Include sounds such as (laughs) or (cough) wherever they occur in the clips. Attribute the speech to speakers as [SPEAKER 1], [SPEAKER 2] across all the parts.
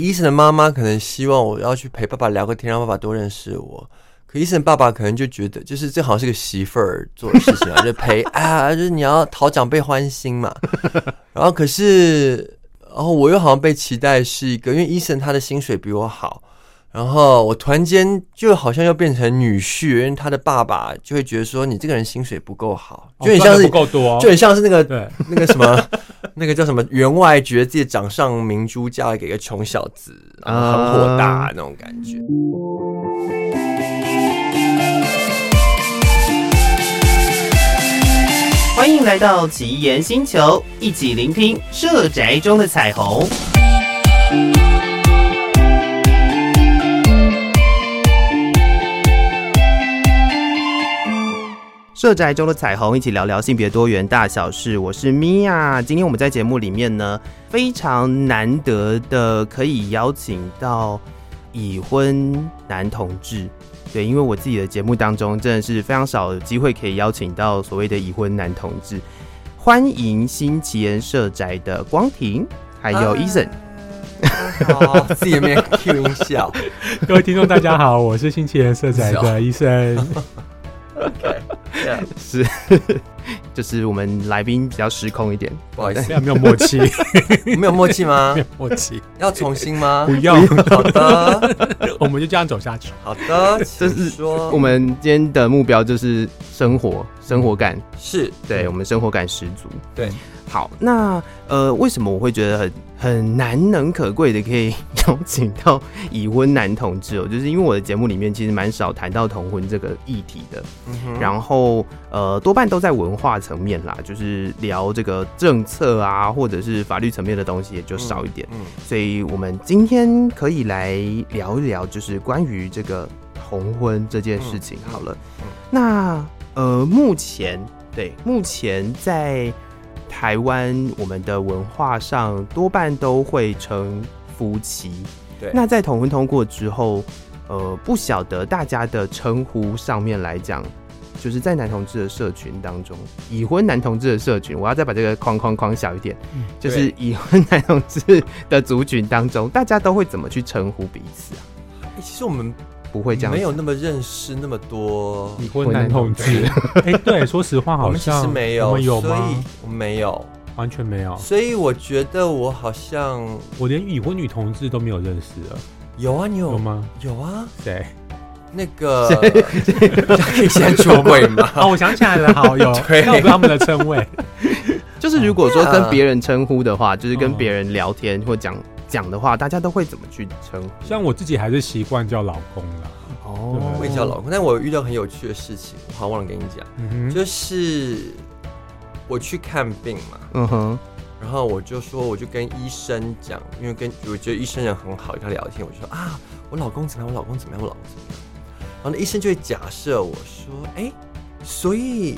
[SPEAKER 1] 医生的妈妈可能希望我要去陪爸爸聊个天，让爸爸多认识我。可医生的爸爸可能就觉得，就是这好像是个媳妇儿做的事情啊，就 (laughs) 陪啊，就是你要讨长辈欢心嘛。然后可是，然后我又好像被期待是一个，因为医生他的薪水比我好，然后我突然间就好像要变成女婿，因为他的爸爸就会觉得说你这个人薪水不够好，就很像
[SPEAKER 2] 哦赚得
[SPEAKER 1] 是
[SPEAKER 2] 不够多，
[SPEAKER 1] 就很像是那个
[SPEAKER 2] 对，
[SPEAKER 1] 那个什么， (laughs) 那个叫什么，员外觉得自己掌上明珠嫁了给一个穷小子，然后很火大、
[SPEAKER 3] 啊
[SPEAKER 1] 那种感觉。
[SPEAKER 3] 欢迎来到奇岩星球，一起聆听社宅中的彩虹。社宅中的彩虹，一起聊聊性别多元大小事。我是米娅，今天我们在节目里面呢，非常难得的可以邀请到已婚男同志。对，因为我自己的节目当中真的是非常少有机会可以邀请到所谓的已婚男同志。欢迎新奇岩社宅的光庭，还有 Eason。
[SPEAKER 1] 好，自己也没 Q 音效。
[SPEAKER 2] 各位听众大家好，我是新奇人社宅
[SPEAKER 1] 啊
[SPEAKER 2] 的医生，
[SPEAKER 3] 是， (laughs) 就是我们来宾比较失控一点。
[SPEAKER 1] 不好意
[SPEAKER 2] 非
[SPEAKER 1] 思，
[SPEAKER 2] 常没有默契，
[SPEAKER 1] 没有默契吗
[SPEAKER 2] 没？有默契，
[SPEAKER 1] 要重新吗
[SPEAKER 2] 不？要，
[SPEAKER 1] 好的，
[SPEAKER 2] (laughs) 我们就这样走下去。
[SPEAKER 1] 好
[SPEAKER 2] (laughs)
[SPEAKER 1] 的，
[SPEAKER 3] 这
[SPEAKER 1] 请
[SPEAKER 3] 是
[SPEAKER 1] 说。
[SPEAKER 3] 我们今天的目标就是生活，生活感，
[SPEAKER 1] 是
[SPEAKER 3] 对我们生活感十足。
[SPEAKER 1] 嗯对，
[SPEAKER 3] 好，那呃，为什么我会觉得很很难能可贵的可以 (laughs) 邀请到已婚男同志哦？就是因为我的节目里面其实蛮少谈到同婚这个议题的，
[SPEAKER 1] 嗯哼
[SPEAKER 3] 然后呃，多半都在文化层面啦，就是聊这个政策啊，或者是法律层面的东西也就少一点。
[SPEAKER 1] 嗯，
[SPEAKER 3] 所以我们今天可以来聊一聊，就是关于这个同婚这件事情好了。
[SPEAKER 1] 嗯嗯
[SPEAKER 3] 那呃，目前对目前在台湾，我们的文化上多半都会称夫妻。
[SPEAKER 1] 对
[SPEAKER 3] 那在同婚通过之后，呃，不晓得大家的称呼上面来讲。就是在男同志的社群当中，已婚男同志的社群，我要再把这个框框框小一点，
[SPEAKER 2] 嗯
[SPEAKER 3] 就是已婚男同志的族群当中，大家都会怎么去称呼彼此啊？
[SPEAKER 1] 诶其实我们
[SPEAKER 3] 不会这样，
[SPEAKER 1] 没有那么认识那么多，
[SPEAKER 2] 已婚男同志，哎，对，说实话，
[SPEAKER 1] 我
[SPEAKER 2] 好
[SPEAKER 1] 们其实
[SPEAKER 2] 像
[SPEAKER 1] 没有，
[SPEAKER 2] 我们有
[SPEAKER 1] 所以
[SPEAKER 2] 吗？
[SPEAKER 1] 我们没有，
[SPEAKER 2] 完全没有，
[SPEAKER 1] 所以我觉得我好像
[SPEAKER 2] 我连已婚女同志都没有认识了，
[SPEAKER 1] 有啊，你有
[SPEAKER 2] 有吗？
[SPEAKER 1] 有啊， (laughs)
[SPEAKER 2] 谁？
[SPEAKER 1] 那个可以 (laughs) 先出柜吗？
[SPEAKER 2] 哦，我想起来了，好有，
[SPEAKER 1] (laughs) 对
[SPEAKER 2] 那我不知道他们的称谓，
[SPEAKER 3] 就是如果说跟别人称呼的话，就是跟
[SPEAKER 2] 嗯
[SPEAKER 3] 别人聊天或讲讲的话，大家都会怎么去称呼？
[SPEAKER 2] 像我自己还是习惯叫老公啦。
[SPEAKER 3] 哦
[SPEAKER 1] 我也叫老公，但我遇到很有趣的事情，我好像忘了跟你讲，
[SPEAKER 2] 嗯哼，
[SPEAKER 1] 就是我去看病嘛，
[SPEAKER 3] 嗯哼，
[SPEAKER 1] 然后我就说，我就跟医生讲，因为跟我觉得医生人很好，跟他聊天，我就说啊，我老公怎么样，我老公怎么样，我老公怎么样，然后那医生就会假设我说，哎、所以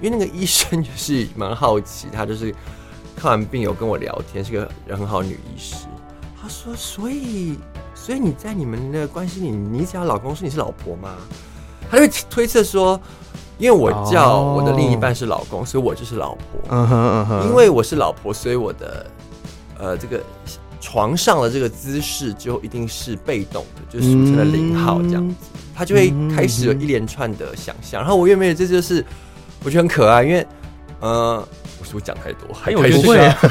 [SPEAKER 1] 因为那个医生就是蛮好奇，他就是看完病有跟我聊天，是个人很好的女医师，他说，所以所以你在你们的关系里，你只要老公说你是老婆吗？他就推测说，因为我叫
[SPEAKER 3] 哦
[SPEAKER 1] 我的另一半是老公，所以我就是老婆。
[SPEAKER 3] 嗯哼，嗯哼，
[SPEAKER 1] 因为我是老婆，所以我的呃这个床上的这个姿势就一定是被动的，就是俗称的零号这样子，
[SPEAKER 2] 嗯
[SPEAKER 1] 他就会开始有一连串的想象。然后我越没有，这就是我觉得很可爱，因为呃，我是不是讲太多？还
[SPEAKER 2] 哎，我
[SPEAKER 1] 开
[SPEAKER 2] 觉
[SPEAKER 1] 始
[SPEAKER 2] 得
[SPEAKER 3] 不会啊
[SPEAKER 2] 这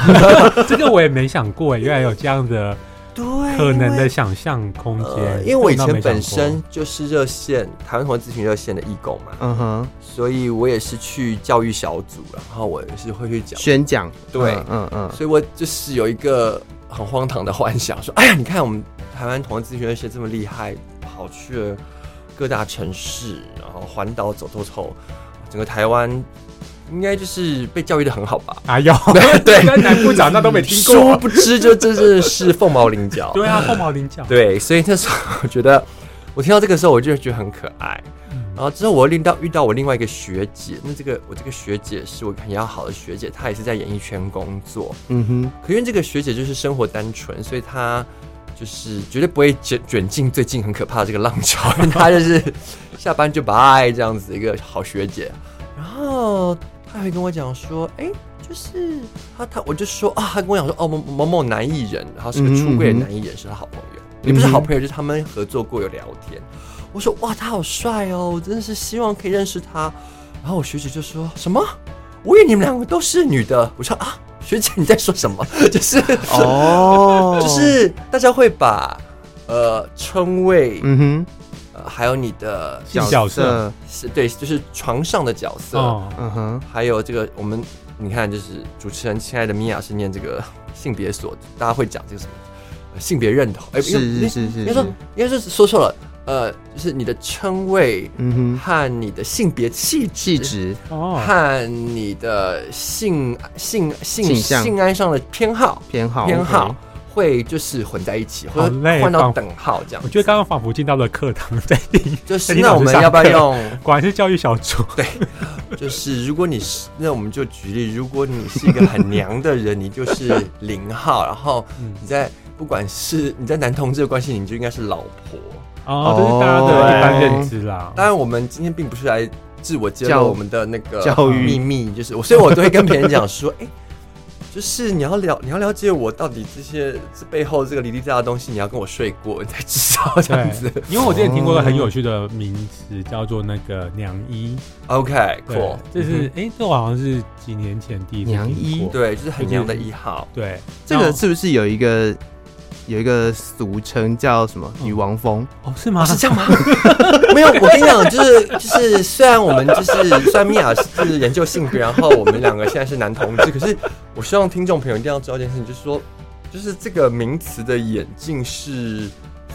[SPEAKER 2] 个 (laughs) 这个我也没想过，原来有这样的
[SPEAKER 1] 对
[SPEAKER 2] 可能。
[SPEAKER 1] 因为
[SPEAKER 2] 的想象空
[SPEAKER 1] 呃，因
[SPEAKER 2] 间。
[SPEAKER 1] 为我以
[SPEAKER 2] 这倒
[SPEAKER 1] 前
[SPEAKER 2] 没想
[SPEAKER 1] 本
[SPEAKER 2] 过
[SPEAKER 1] 身就是热线台湾同志咨询热线的义工嘛，
[SPEAKER 3] 嗯哼，
[SPEAKER 1] 所以我也是去教育小组，然后我也是会去讲
[SPEAKER 3] 宣讲，
[SPEAKER 1] 对
[SPEAKER 3] 嗯嗯嗯，
[SPEAKER 1] 所以我就是有一个很荒唐的幻想，说，哎呀，你看我们台湾同志咨询那些这么厉害，跑去了各大城市，然后环岛走透透，整个台湾应该就是被教育的很好吧？
[SPEAKER 2] 哎呦，
[SPEAKER 1] (laughs) 对
[SPEAKER 2] 跟南部长 (laughs) 那都没听
[SPEAKER 1] 殊
[SPEAKER 2] 过。啊
[SPEAKER 1] 不知就真的是凤毛麟角。
[SPEAKER 2] 对啊，凤毛麟角。
[SPEAKER 1] 对，所以那时候我觉得，我听到这个时候我就觉得很可爱。
[SPEAKER 2] 嗯，
[SPEAKER 1] 然后之后我又遇到遇到我另外一个学姐，那这个我这个学姐是我很要好的学姐，她也是在演艺圈工作。
[SPEAKER 3] 嗯哼，
[SPEAKER 1] 可因为这个学姐就是生活单纯，所以她就是绝对不会卷卷进最近很可怕的这个浪潮，因为她就是下班就拜这样子的一个好学姐。然后她还会跟我讲说：“哎、就是他他我就说啊，他跟我讲说哦某某某男艺人，然后是个出柜的男艺人，是他好朋友，也不是好朋友，就是他们合作过有聊天。我说哇，他好帅哦，我真的是希望可以认识他。然后我学姐就说什么，我以为你们两个都是女的。我说啊，学姐你在说什么？ (laughs) 就是
[SPEAKER 3] 哦，
[SPEAKER 1] 就是大家会把呃称谓、
[SPEAKER 3] 嗯
[SPEAKER 1] 呃还有你的
[SPEAKER 2] 性
[SPEAKER 3] 哼，
[SPEAKER 2] 角色，
[SPEAKER 3] 色，
[SPEAKER 1] 是对，就是床上的角色，
[SPEAKER 2] 哦，
[SPEAKER 3] 嗯哼，
[SPEAKER 1] 还有这个我们你看，就是主持人亲爱的米娅是念这个性别所，大家会讲这个什么、呃性别认同，哎、
[SPEAKER 3] 是是是
[SPEAKER 1] 应
[SPEAKER 3] 是
[SPEAKER 1] 该说
[SPEAKER 3] 是
[SPEAKER 1] 应，该是说错了，呃，就是你的称谓
[SPEAKER 3] 嗯哼，
[SPEAKER 1] 和你的性别气质
[SPEAKER 3] 气质，
[SPEAKER 2] 哦，
[SPEAKER 1] 和你的性性性
[SPEAKER 3] 倾向
[SPEAKER 1] 性爱上的偏好
[SPEAKER 3] 偏好
[SPEAKER 1] 偏好
[SPEAKER 3] OK 哦
[SPEAKER 1] 会就是混在一起，或
[SPEAKER 2] 好
[SPEAKER 1] 者
[SPEAKER 2] 累
[SPEAKER 1] 换到
[SPEAKER 2] 仿
[SPEAKER 1] 等号这样
[SPEAKER 3] (laughs)
[SPEAKER 2] 我。觉得刚刚仿佛进到了课堂，
[SPEAKER 1] (laughs)
[SPEAKER 2] 在听，
[SPEAKER 1] 就是
[SPEAKER 2] 在
[SPEAKER 3] 哎
[SPEAKER 2] 听
[SPEAKER 1] 那
[SPEAKER 2] 老
[SPEAKER 1] 我
[SPEAKER 2] 师
[SPEAKER 1] 们
[SPEAKER 2] 上
[SPEAKER 1] 要不要
[SPEAKER 2] 课
[SPEAKER 1] 用？
[SPEAKER 2] 果然是教育小组，
[SPEAKER 1] 就是如果你是， (laughs) 那我们就举例，如果你是一个很娘的人，你就是零号，然
[SPEAKER 3] (laughs)
[SPEAKER 1] 后
[SPEAKER 2] 嗯
[SPEAKER 1] 你在不管是你在男同志的关系，你就应该是老婆。
[SPEAKER 2] 哦，这是大家的一般认知啦。
[SPEAKER 1] 当然，我们今天并不是来自我揭
[SPEAKER 3] 教
[SPEAKER 1] 露我们的那个
[SPEAKER 3] 教育
[SPEAKER 1] 秘密，就是我，所以我都会跟别人讲说，哎、就是你要了，你要了解我到底这些这背后这个离离大的东西，你要跟我睡过，你才知道这样子
[SPEAKER 2] 对。，因为我之前听过一个很有趣的名词，叫做那个娘医。对
[SPEAKER 1] OK，cool，、
[SPEAKER 2] 这是哎，这我好像是几年前第一次
[SPEAKER 3] 娘医
[SPEAKER 2] 听过。
[SPEAKER 1] 对，就是很娘的一号。
[SPEAKER 2] 对，
[SPEAKER 3] 这
[SPEAKER 2] 然
[SPEAKER 3] 个
[SPEAKER 2] 后
[SPEAKER 3] 是不是有一个有一个俗称叫什么
[SPEAKER 2] 嗯
[SPEAKER 3] 女王风？
[SPEAKER 2] 哦是吗？
[SPEAKER 1] 是这样吗？啊 (laughs) 没有，我跟你讲，就是就是，虽然我们就是虽然米娅是研究性别，然后我们两个现在是男同志，可是我希望听众朋友一定要知道一件事情，就是说，就是这个名词的演进是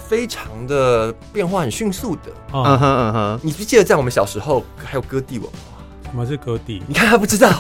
[SPEAKER 1] 非常的变化很迅速的。
[SPEAKER 3] 嗯
[SPEAKER 2] 哦，
[SPEAKER 3] 哼嗯哼，
[SPEAKER 1] 你不记得在我们小时候还有割地文化？
[SPEAKER 2] 什么是割地？
[SPEAKER 1] 你看他不知 (laughs) 道，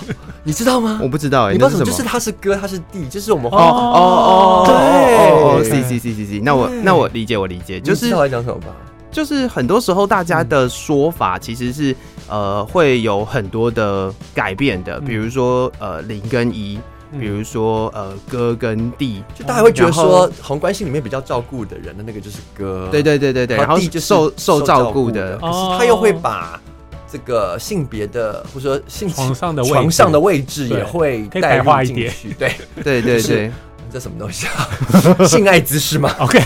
[SPEAKER 1] 你知道吗
[SPEAKER 3] 我？不知道哎，
[SPEAKER 1] 你不
[SPEAKER 3] 那
[SPEAKER 1] 知道什么？
[SPEAKER 3] 什
[SPEAKER 1] 就是
[SPEAKER 3] 么？
[SPEAKER 1] 他是割，他是地，就是我们
[SPEAKER 3] 哦哦哦，
[SPEAKER 1] 对
[SPEAKER 3] 哦哦，
[SPEAKER 1] 对
[SPEAKER 3] 是是是是是，那我
[SPEAKER 1] 对
[SPEAKER 3] 那我理解我理解，就
[SPEAKER 1] 你知
[SPEAKER 3] 是
[SPEAKER 1] 道在讲什么吧？
[SPEAKER 3] 就是很多时候大家
[SPEAKER 1] 嗯
[SPEAKER 3] 的说法其实是、呃会有很多的改变的，
[SPEAKER 2] 嗯
[SPEAKER 3] 比如说呃零跟一，
[SPEAKER 2] 嗯
[SPEAKER 3] 比如说呃哥跟弟，
[SPEAKER 1] 就大家会觉得
[SPEAKER 3] 然后
[SPEAKER 1] 说，宏观性里面比较照顾的人的那个就是割，
[SPEAKER 3] 对对对对对，
[SPEAKER 1] 然
[SPEAKER 3] 然后
[SPEAKER 1] 后地就是
[SPEAKER 3] 受受照顾
[SPEAKER 1] 的，
[SPEAKER 3] 的
[SPEAKER 1] 可是他又会把这个性别的或者说性
[SPEAKER 2] 床上的位置
[SPEAKER 1] 床上的位置也会
[SPEAKER 2] 可以
[SPEAKER 1] 带
[SPEAKER 2] 白话
[SPEAKER 1] 入
[SPEAKER 2] 一
[SPEAKER 1] 进
[SPEAKER 2] 点
[SPEAKER 1] 去，对，
[SPEAKER 3] 对对
[SPEAKER 1] 是
[SPEAKER 3] 对。
[SPEAKER 1] 这什么东西啊？ (laughs) 性爱姿势吗？
[SPEAKER 2] OK，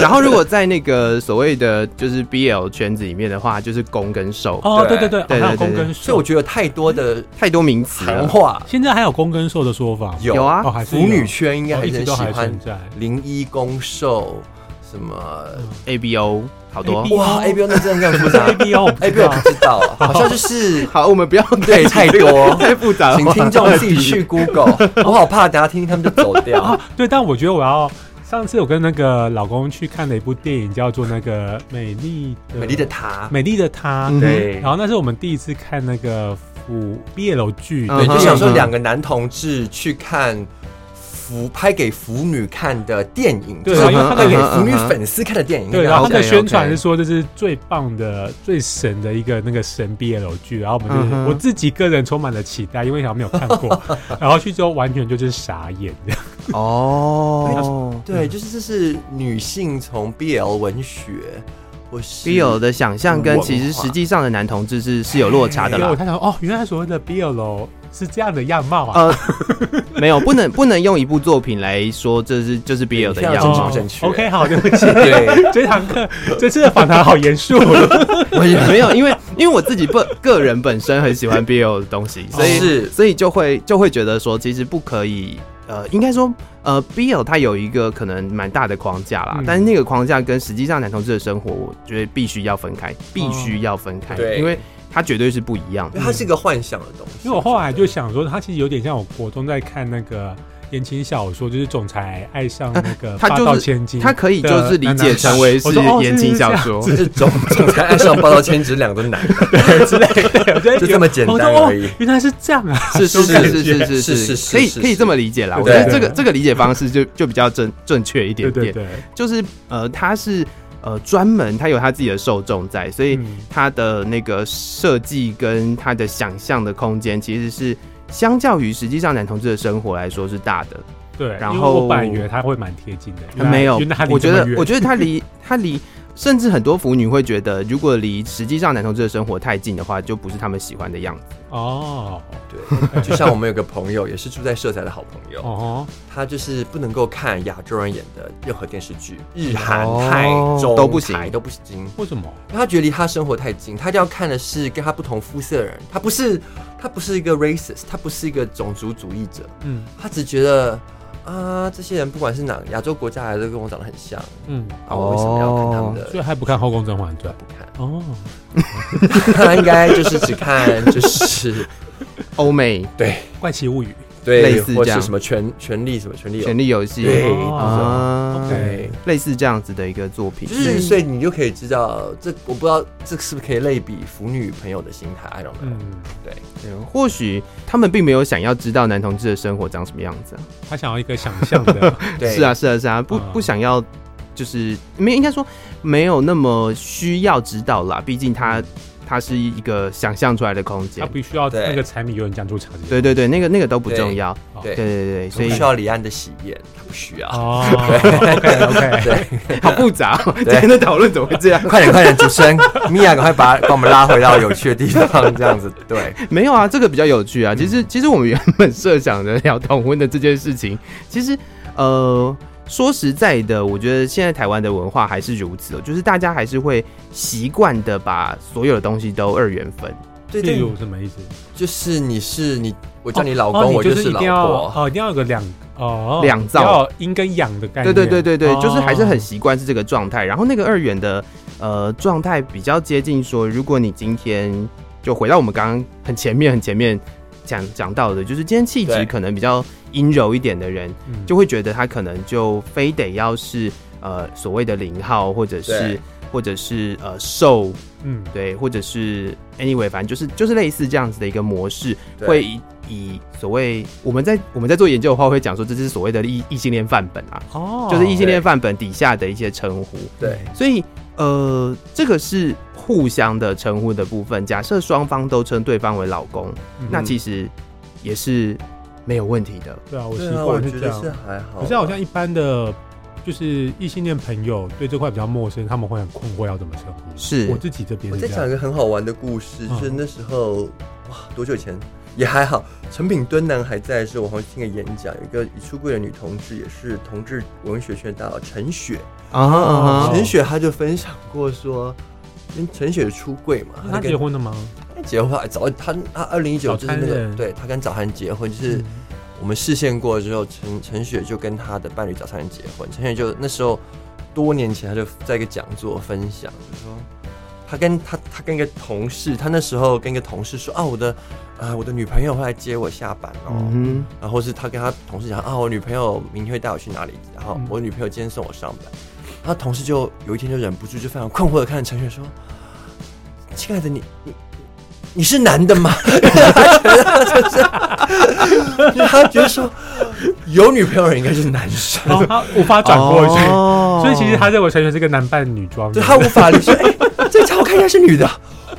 [SPEAKER 3] 然后如果在那个所谓的就是 BL 圈子里面的话，就是攻跟受，
[SPEAKER 2] 哦，对
[SPEAKER 1] 对
[SPEAKER 2] 对对，
[SPEAKER 3] 对
[SPEAKER 2] 好像
[SPEAKER 3] 对对
[SPEAKER 2] 公
[SPEAKER 3] 对
[SPEAKER 2] 跟
[SPEAKER 1] 所以我
[SPEAKER 2] 受，
[SPEAKER 1] 觉得有太多的
[SPEAKER 3] 太多名词
[SPEAKER 1] 谈
[SPEAKER 3] 了。
[SPEAKER 1] 话
[SPEAKER 2] 现在还有公跟受的说法吗，
[SPEAKER 1] 有
[SPEAKER 3] 有啊
[SPEAKER 2] 哦，还是
[SPEAKER 1] 腐
[SPEAKER 2] 有
[SPEAKER 1] 女圈应该
[SPEAKER 2] 哦
[SPEAKER 1] 还
[SPEAKER 2] 一
[SPEAKER 1] 是
[SPEAKER 2] 直
[SPEAKER 1] 很喜
[SPEAKER 2] 都还
[SPEAKER 1] 欢 (laughs)
[SPEAKER 2] 存在。
[SPEAKER 1] 零一攻受什么
[SPEAKER 2] 嗯
[SPEAKER 3] A B O 好多
[SPEAKER 2] ABO
[SPEAKER 1] 哇 A B O 那真的更复
[SPEAKER 2] (laughs)
[SPEAKER 1] 杂
[SPEAKER 2] A B O，
[SPEAKER 1] A B O 哎不知道，啊好像
[SPEAKER 2] (laughs)
[SPEAKER 1] 就是
[SPEAKER 3] 好，我们不要
[SPEAKER 1] 对太多
[SPEAKER 3] 太复杂了，
[SPEAKER 1] 请听众自己去
[SPEAKER 2] (laughs)
[SPEAKER 1] Google，我好怕等下听听他们就走掉。
[SPEAKER 2] 对，但我觉得我要。上次我跟那个老公去看了一部电影，叫做那个《美丽的
[SPEAKER 1] 美丽的她，
[SPEAKER 2] 美丽的她》
[SPEAKER 3] 嗯
[SPEAKER 1] 对
[SPEAKER 2] 然后那是我们第一次看那个腐 BL 剧，
[SPEAKER 3] 嗯
[SPEAKER 1] 对，就
[SPEAKER 3] 哼
[SPEAKER 1] 想说两个男同志去看腐拍给腐女看的电影，
[SPEAKER 2] 对
[SPEAKER 1] 就是
[SPEAKER 2] 因为
[SPEAKER 1] 拍
[SPEAKER 2] 他
[SPEAKER 3] 嗯
[SPEAKER 2] 那
[SPEAKER 1] 给
[SPEAKER 2] 个
[SPEAKER 1] 腐女粉丝看的电影。
[SPEAKER 2] 对，然
[SPEAKER 1] 然
[SPEAKER 2] 后
[SPEAKER 1] 后
[SPEAKER 2] 他的
[SPEAKER 3] OK，OK
[SPEAKER 2] 宣传是说这是最棒的、最神的一个那个神 BL 剧，然后我们就是、
[SPEAKER 3] 嗯哼
[SPEAKER 2] 我自己个人充满了期待，因为好像没有
[SPEAKER 1] (laughs)
[SPEAKER 2] 看过，然后去之后完全就是傻眼这样。
[SPEAKER 3] 哦。
[SPEAKER 1] 对，就是这是女性从 BL 文学或是
[SPEAKER 3] BL 的想象跟其实
[SPEAKER 1] 文化
[SPEAKER 3] 实际上的男同志是是有落差的
[SPEAKER 2] 然后
[SPEAKER 3] 啦
[SPEAKER 2] 我。看到哦，原来所谓的 BL 是这样的样貌啊。
[SPEAKER 3] 呃， (laughs) 没有，不能不能用一部作品来说这是就是 BL 的
[SPEAKER 1] 这
[SPEAKER 3] 样
[SPEAKER 1] 样
[SPEAKER 3] 貌
[SPEAKER 1] 子。正确
[SPEAKER 2] 哦 OK，好，对不起， (laughs)
[SPEAKER 1] 对，
[SPEAKER 2] 这堂课这次的访谈好严肃。哦
[SPEAKER 1] 我也
[SPEAKER 3] (laughs) 没有，因为因为我自己本个人本身很喜欢 BL 的东西，所以
[SPEAKER 2] 哦
[SPEAKER 1] 是
[SPEAKER 3] 所以就会就会觉得说，其实不可以，呃，应该说，呃，BL 它有一个可能蛮大的框架啦，
[SPEAKER 2] 嗯
[SPEAKER 3] 但是那个框架跟实际上男同志的生活，我觉得必须要分开，必须要分开，
[SPEAKER 1] 对
[SPEAKER 3] 因为它绝对是不一样
[SPEAKER 1] 因为
[SPEAKER 3] 的。
[SPEAKER 1] 它是一个幻想的东西。
[SPEAKER 2] (laughs) 因为我后来就想说，他其实有点像我国中在看那个言情小说，就是总裁爱上那个
[SPEAKER 3] 啊他
[SPEAKER 2] 霸
[SPEAKER 3] 就是
[SPEAKER 2] 道千金，
[SPEAKER 3] 它可以就是理解成为是
[SPEAKER 2] 我说哦
[SPEAKER 3] 言情小说，
[SPEAKER 1] 我 (laughs) 是总总裁爱上霸道千只两个男
[SPEAKER 2] (laughs)
[SPEAKER 1] 的，
[SPEAKER 2] 之类的，我觉得
[SPEAKER 1] 就这么简单
[SPEAKER 2] 我说
[SPEAKER 1] 而已
[SPEAKER 2] 哦原来是这样啊！
[SPEAKER 3] (laughs) 是
[SPEAKER 1] 这
[SPEAKER 3] 是
[SPEAKER 1] 种
[SPEAKER 3] 是
[SPEAKER 1] 感觉
[SPEAKER 3] 是
[SPEAKER 1] 是
[SPEAKER 3] 是
[SPEAKER 1] 是
[SPEAKER 3] 是，
[SPEAKER 1] 是
[SPEAKER 3] 可以
[SPEAKER 1] 是
[SPEAKER 3] 可以这么理解啦。
[SPEAKER 1] 对
[SPEAKER 3] 我觉得
[SPEAKER 1] 对
[SPEAKER 3] 这个
[SPEAKER 2] 对
[SPEAKER 3] 这个理解方式就就比较正正确一点
[SPEAKER 2] 对对
[SPEAKER 3] 点，
[SPEAKER 2] 对，
[SPEAKER 3] 就是呃，它是呃专门它有它自己的受众在，所以。
[SPEAKER 2] 嗯
[SPEAKER 3] 它的那个设计跟它的想象的空间，其实是相较于实际上男同志的生活来说是大的。
[SPEAKER 2] 对。
[SPEAKER 3] 然
[SPEAKER 2] 因为我
[SPEAKER 3] 后
[SPEAKER 2] 本来以为他会蛮贴近的，原来
[SPEAKER 3] 没有
[SPEAKER 2] 原来他，离
[SPEAKER 3] 我觉
[SPEAKER 2] 这么
[SPEAKER 3] 得
[SPEAKER 2] 远 (laughs)
[SPEAKER 3] 我觉得它离它离甚至很多腐女会觉得，如果离实际上男同志的生活太近的话，就不是他们喜欢的样子。
[SPEAKER 2] 哦
[SPEAKER 1] 对，就像我们有个朋友，也是住在社宅的好朋友，
[SPEAKER 2] 哦
[SPEAKER 1] 他就是不能够看亚洲人演的任何电视剧，日韩、泰、
[SPEAKER 3] 哦
[SPEAKER 1] 中
[SPEAKER 3] 都不行
[SPEAKER 1] 台都不行。
[SPEAKER 2] 吼，为什么？
[SPEAKER 1] 因为他觉得离他生活太近，他一定要看的是跟他不同肤色的人。他不是他不是一个 racist，他不是一个种族主义者，
[SPEAKER 2] 嗯
[SPEAKER 1] 他只觉得啊，这些人不管是哪亚洲国家来的，都跟我长得很像，
[SPEAKER 2] 嗯，
[SPEAKER 1] 啊，我为什么要看他们的？
[SPEAKER 2] 所以还不看《后宫甄嬛传
[SPEAKER 1] 不看，》
[SPEAKER 2] 哦，
[SPEAKER 1] 他应该就是只看就是
[SPEAKER 3] 欧美
[SPEAKER 1] (laughs) 对
[SPEAKER 2] 《怪奇物语
[SPEAKER 3] 类
[SPEAKER 1] 对，
[SPEAKER 3] 似
[SPEAKER 1] 或
[SPEAKER 3] 这样
[SPEAKER 1] 是什么权权力什么权力有
[SPEAKER 3] 权力游戏
[SPEAKER 1] 对
[SPEAKER 2] 哦
[SPEAKER 3] 啊
[SPEAKER 2] OK
[SPEAKER 1] 对。
[SPEAKER 3] 类似这样子的一个作品，
[SPEAKER 1] 就是，
[SPEAKER 2] 嗯
[SPEAKER 1] 所以你就可以知道，这我不知道这是不是可以类比腐女朋友的心态，I don't》。know。
[SPEAKER 2] 嗯，
[SPEAKER 3] 对或许他们并没有想要知道男同志的生活长什么样子啊、
[SPEAKER 2] 他想要一个想象的，
[SPEAKER 1] 对，
[SPEAKER 3] 是啊，，是啊，是啊，不
[SPEAKER 2] 嗯
[SPEAKER 3] 不想要，就是没应该说没有那么需要指导啦，毕竟它
[SPEAKER 1] 嗯
[SPEAKER 3] 它是一个想象出来的空
[SPEAKER 2] 他
[SPEAKER 3] 间。
[SPEAKER 2] 必须要
[SPEAKER 1] 对
[SPEAKER 2] 那个柴米油盐酱醋茶这些。
[SPEAKER 3] 对对对，那个那个都不重要。
[SPEAKER 1] 对
[SPEAKER 3] 对对对，
[SPEAKER 1] 所
[SPEAKER 3] 所
[SPEAKER 1] 以
[SPEAKER 3] 以
[SPEAKER 1] 需要李安的喜宴，他不需要。
[SPEAKER 2] 哦，OK
[SPEAKER 1] (laughs)
[SPEAKER 2] OK，
[SPEAKER 1] 对，
[SPEAKER 2] (laughs)
[SPEAKER 3] 好复杂、
[SPEAKER 1] (laughs)
[SPEAKER 3] 哦，今天的讨论怎么会这样？
[SPEAKER 1] 快点快点，主持人米娅，赶快把把我们拉回到有趣的地方，这样子。对，
[SPEAKER 3] 没有啊，这个比较有趣
[SPEAKER 2] 嗯
[SPEAKER 3] 啊。其实，其实我们原本设想着聊同婚的这件事情，其实，呃，说实在的，我觉得现在台湾的文化还是如此哦，就是大家还是会习惯的把所有的东西都二元分。
[SPEAKER 1] 对
[SPEAKER 2] 例
[SPEAKER 1] 对，
[SPEAKER 2] 如什么
[SPEAKER 3] (laughs)
[SPEAKER 2] 意思？
[SPEAKER 1] 就是你是你，我
[SPEAKER 2] 我
[SPEAKER 1] 叫哦
[SPEAKER 3] 哦
[SPEAKER 1] 你老公，我
[SPEAKER 2] 就是一
[SPEAKER 1] 老
[SPEAKER 2] 定要
[SPEAKER 1] 婆。
[SPEAKER 2] 哦，一定要有个两哦
[SPEAKER 3] 两造
[SPEAKER 2] 要有阴跟阳的概
[SPEAKER 3] 对
[SPEAKER 2] 念。
[SPEAKER 3] 对对对对，就是还是很
[SPEAKER 2] 哦
[SPEAKER 3] 习惯是这个状态。然后那个二元的呃状态比较接近说，如果你今天就回到我们刚刚很前面很前面讲讲到的，就是今天气质
[SPEAKER 1] 对
[SPEAKER 3] 可能比较阴柔一点的人，
[SPEAKER 2] 嗯
[SPEAKER 3] 就会觉得他可能就非得要是呃所谓的零号，或者是
[SPEAKER 1] 对
[SPEAKER 3] 或者是呃瘦，
[SPEAKER 2] 嗯
[SPEAKER 3] 对，或者是 anyway，反正就是就是类似这样子的一个模式，
[SPEAKER 1] 对
[SPEAKER 3] 会以以所谓我们在我们在做研究的话，会讲说这是所谓的异异性恋范本啊。
[SPEAKER 2] 哦，
[SPEAKER 3] 就是异性恋范本底下的一些称呼。
[SPEAKER 1] 对，
[SPEAKER 3] 所以呃，这个是互相的称呼的部分。假设双方都称对方为老公，
[SPEAKER 2] 嗯
[SPEAKER 3] 那其实也是没有问题的。
[SPEAKER 2] 对啊，我习
[SPEAKER 1] 对啊，我
[SPEAKER 2] 惯
[SPEAKER 1] 觉
[SPEAKER 2] 是这
[SPEAKER 1] 得是
[SPEAKER 2] 样。
[SPEAKER 1] 还好。
[SPEAKER 2] 可是啊好像一般的，就是异性恋朋友对这块比较陌生，他们会很困惑要怎么称呼。
[SPEAKER 3] 是
[SPEAKER 2] 我自己这边
[SPEAKER 1] 我
[SPEAKER 2] 是
[SPEAKER 1] 在
[SPEAKER 2] 这
[SPEAKER 1] 讲一
[SPEAKER 2] 样。
[SPEAKER 1] 个很好玩的故事，
[SPEAKER 2] 嗯
[SPEAKER 1] 就是那时候哇，多久以前也还好。陈炳敦男还在的时候，我好像听个演讲，有一个已出柜的女同志，也是同志文学圈的大佬陈雪。
[SPEAKER 3] 啊哈啊哈
[SPEAKER 1] 陈雪她就分享过说，因为陈雪出柜嘛，
[SPEAKER 2] 他
[SPEAKER 1] 她就
[SPEAKER 2] 结
[SPEAKER 1] 跟
[SPEAKER 2] 婚了吗？
[SPEAKER 1] 她结婚后早她她二零一九就是那
[SPEAKER 2] 早餐
[SPEAKER 1] 个
[SPEAKER 2] 人
[SPEAKER 1] 对她跟早涵结婚，就是
[SPEAKER 2] 嗯
[SPEAKER 1] 我们视线过了之后，陈陈雪就跟她的伴侣早餐人结婚。陈雪就那时候多年前，她就在一个讲座分享，就说她跟她她跟一个同事，她那时候跟一个同事说啊，我的啊我的女朋友会来接我下班哦，
[SPEAKER 3] 嗯
[SPEAKER 1] 然后是她跟她同事讲啊，我女朋友明天会带我去哪里，然后
[SPEAKER 2] 嗯
[SPEAKER 1] 我女朋友今天送我上班，然后同事就有一天就忍不住就非常困惑的看着陈雪说，亲爱的你你。你是男的吗？他觉得说，有女朋友的人应该是男生，
[SPEAKER 2] (laughs) 哦，他无法转过去，
[SPEAKER 3] 哦
[SPEAKER 2] 所以其实他认为陈雪是个男扮女装的。
[SPEAKER 1] 对他无法理解。哎，这家我看起来是女的，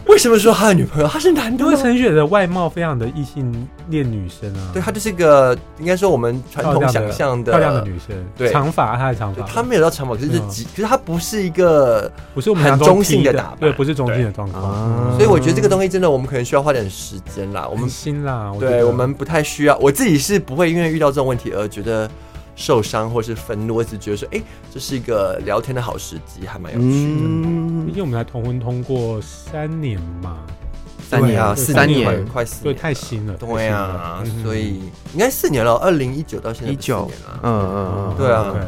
[SPEAKER 1] 为什么说他的女朋友他是男的
[SPEAKER 2] 因为
[SPEAKER 1] 呢？
[SPEAKER 2] 陈雪的外貌非常的异性恋女生啊，
[SPEAKER 1] 对，她就是一个应该说我们传
[SPEAKER 2] 漂
[SPEAKER 1] 统
[SPEAKER 2] 亮
[SPEAKER 1] 想
[SPEAKER 2] 的
[SPEAKER 1] 象的
[SPEAKER 2] 漂亮的女生，
[SPEAKER 1] 对
[SPEAKER 2] 长发，她的长
[SPEAKER 1] 对
[SPEAKER 2] 发，
[SPEAKER 1] 她没有到长发，可是是
[SPEAKER 2] 嗯
[SPEAKER 1] 极，可是她不是一个，
[SPEAKER 2] 不是我们
[SPEAKER 1] 很
[SPEAKER 2] 想象中
[SPEAKER 1] 中性
[SPEAKER 2] 的
[SPEAKER 1] 的打扮
[SPEAKER 2] 对，不是中性的状况嗯
[SPEAKER 3] 啊，
[SPEAKER 1] 所以我觉得这个东西真的我们可能需要花点时间啦。我
[SPEAKER 2] 我
[SPEAKER 1] 们
[SPEAKER 2] 们新啦，我
[SPEAKER 1] 嗯
[SPEAKER 2] 觉
[SPEAKER 1] 哎对啊
[SPEAKER 2] 得
[SPEAKER 1] 我们不太需要，我自己是不会因为遇到这种问题而觉得受伤或是愤怒，我只觉得说，哎，这是一个聊天的好时机，还蛮有趣的。
[SPEAKER 2] 毕
[SPEAKER 3] 嗯，
[SPEAKER 2] 竟我们才同婚通过三年嘛，
[SPEAKER 3] 三年
[SPEAKER 1] 对啊，
[SPEAKER 2] 对
[SPEAKER 1] 四
[SPEAKER 3] 三
[SPEAKER 1] 年
[SPEAKER 3] 年
[SPEAKER 1] 快快四
[SPEAKER 2] 所以
[SPEAKER 1] 年，
[SPEAKER 2] 太新了，
[SPEAKER 1] 对啊
[SPEAKER 2] 太新了，嗯
[SPEAKER 1] 所以应该四年了，二零一九到现在
[SPEAKER 3] 19
[SPEAKER 1] 四年了
[SPEAKER 3] 嗯，嗯嗯，
[SPEAKER 1] 对啊
[SPEAKER 2] 对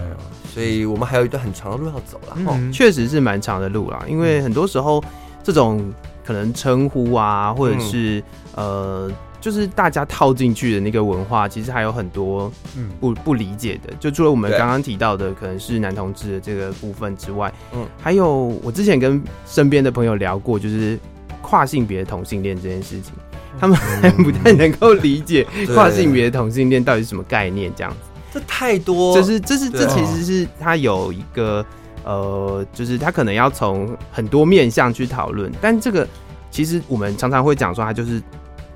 [SPEAKER 1] 所以我们还有一段很长的路要走了。哦，
[SPEAKER 2] 嗯
[SPEAKER 3] 确实是蛮长的路啦，因为很多时候这种可能称呼啊，或者是、呃，就是大家套进去的那个文化，其实还有很多
[SPEAKER 2] 嗯
[SPEAKER 3] 不不理解的，就除了我们
[SPEAKER 1] 对
[SPEAKER 3] 刚刚提到的可能是男同志的这个部分之外，嗯
[SPEAKER 1] 嗯，
[SPEAKER 3] 还有我之前跟身边的朋友聊过，就是跨性别同性恋这件事情，他们还不太能够理解
[SPEAKER 1] 对
[SPEAKER 3] 跨性别同性恋到底是什么概念，这样子，
[SPEAKER 1] 这太多，
[SPEAKER 3] 这是这是
[SPEAKER 1] 对
[SPEAKER 3] 这
[SPEAKER 1] 啊
[SPEAKER 3] 其实是他有一个呃，就是他可能要从很多面向去讨论，但这个其实我们常常会讲说，它就是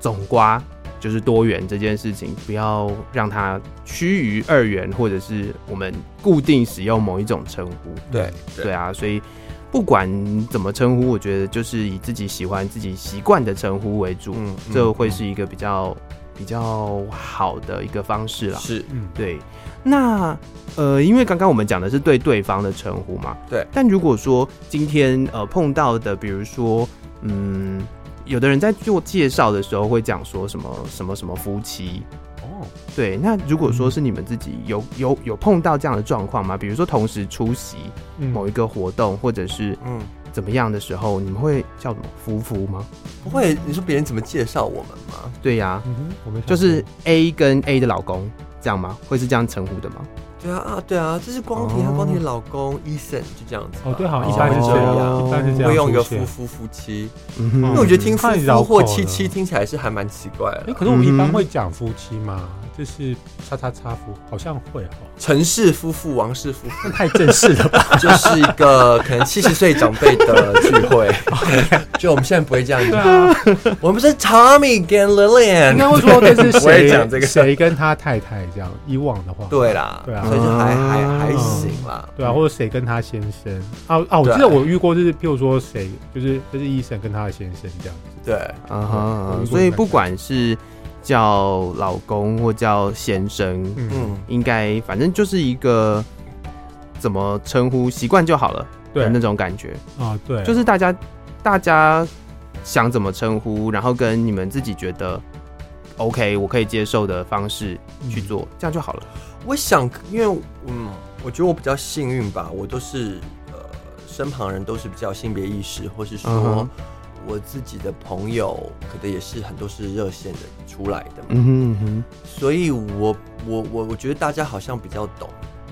[SPEAKER 3] 总瓜。就是多元这件事情，不要让它趋于二元，或者是我们固定使用某一种称呼。
[SPEAKER 1] 对
[SPEAKER 3] 对啊，所以不管怎么称呼，我觉得就是以自己喜欢、自己习惯的称呼为主，
[SPEAKER 1] 嗯，嗯
[SPEAKER 3] 这会是一个比较比较好的一个方式啦。
[SPEAKER 1] 是
[SPEAKER 2] 嗯，
[SPEAKER 3] 对，那呃，因为刚刚我们讲的是对对方的称呼嘛，
[SPEAKER 1] 对
[SPEAKER 3] 但如果说今天呃碰到的，比如说嗯，有的人在做介绍的时候会讲说什么什么什么夫妻，
[SPEAKER 2] 哦，
[SPEAKER 3] 对，那如果说是你们自己有有有碰到这样的状况吗？比如说同时出席
[SPEAKER 2] 嗯
[SPEAKER 3] 某一个活动，或者是
[SPEAKER 1] 嗯，
[SPEAKER 3] 怎么样的时候，你们会叫什么夫妇吗？
[SPEAKER 1] 不会，你说别人怎么介绍我们吗？
[SPEAKER 3] 对呀、
[SPEAKER 2] 嗯哼，我没想过
[SPEAKER 3] 就是 A 跟 A 的老公这样吗？会是这样称呼的吗？
[SPEAKER 1] 对啊啊，对啊，这是光庭和
[SPEAKER 3] 哦
[SPEAKER 1] 光庭的老公 Eason 就这样子吧。
[SPEAKER 2] 哦，对，好像
[SPEAKER 1] 哦
[SPEAKER 2] 一般是这
[SPEAKER 3] 哦
[SPEAKER 2] 样，一般是这样出现，
[SPEAKER 1] 会用一个夫夫夫妻，
[SPEAKER 3] 嗯哼，
[SPEAKER 1] 因为我觉得听
[SPEAKER 2] 嗯
[SPEAKER 1] 夫
[SPEAKER 2] 太绕
[SPEAKER 1] 夫
[SPEAKER 2] 口
[SPEAKER 1] 或
[SPEAKER 2] 了
[SPEAKER 1] 妻妻听起来是还蛮奇怪
[SPEAKER 2] 哎，
[SPEAKER 1] 的。
[SPEAKER 2] 可是我们一
[SPEAKER 3] 嗯
[SPEAKER 2] 般
[SPEAKER 3] 哼
[SPEAKER 2] 会讲夫妻嘛，就是叉叉叉夫，好像会哦，
[SPEAKER 1] 陈氏夫妇、王氏夫妇 (laughs)
[SPEAKER 2] 那太正式了吧？
[SPEAKER 1] 就是一个可能七十岁长辈的聚
[SPEAKER 2] (laughs)
[SPEAKER 1] 会，就我们现在不会这样
[SPEAKER 2] 对
[SPEAKER 1] 讲，
[SPEAKER 2] (laughs) 啊，
[SPEAKER 1] 我们是 Tommy 跟
[SPEAKER 2] 应该 (laughs)
[SPEAKER 1] Lillian。
[SPEAKER 2] 会说这是
[SPEAKER 1] 我也
[SPEAKER 2] 谁
[SPEAKER 1] 讲这个
[SPEAKER 2] 谁跟他太太这样，以往的话，
[SPEAKER 1] 对啦，
[SPEAKER 2] 对啊嗯
[SPEAKER 1] 所以就还还
[SPEAKER 3] 啊
[SPEAKER 1] 还行啦。
[SPEAKER 2] 对啊，或者谁跟他先生啊啊，我记
[SPEAKER 1] 对
[SPEAKER 2] 得我遇过，就是譬如说谁，就是就是医生跟他的先生这样子，
[SPEAKER 1] 对，
[SPEAKER 3] 啊哈
[SPEAKER 2] 嗯，
[SPEAKER 3] 所以不管是叫老公或叫先生，
[SPEAKER 2] 嗯，
[SPEAKER 1] 嗯，
[SPEAKER 3] 应该反正就是一个怎么称呼习惯就好了
[SPEAKER 2] 对
[SPEAKER 3] 的那种感觉，
[SPEAKER 2] 啊，对，
[SPEAKER 3] 就是大家大家想怎么称呼，然后跟你们自己觉得 OK 我可以接受的方式
[SPEAKER 1] 嗯
[SPEAKER 3] 去做，这样就好了。
[SPEAKER 1] 我想，因为嗯，我觉得我比较幸运吧，我都是呃，身旁人都是比较性别意识，或是
[SPEAKER 3] 嗯
[SPEAKER 1] 说
[SPEAKER 3] 哼
[SPEAKER 1] 我自己的朋友，可能也是很多是热线的出来的嘛，
[SPEAKER 3] 嗯哼嗯
[SPEAKER 1] 所以我我我我觉得大家好像比较懂。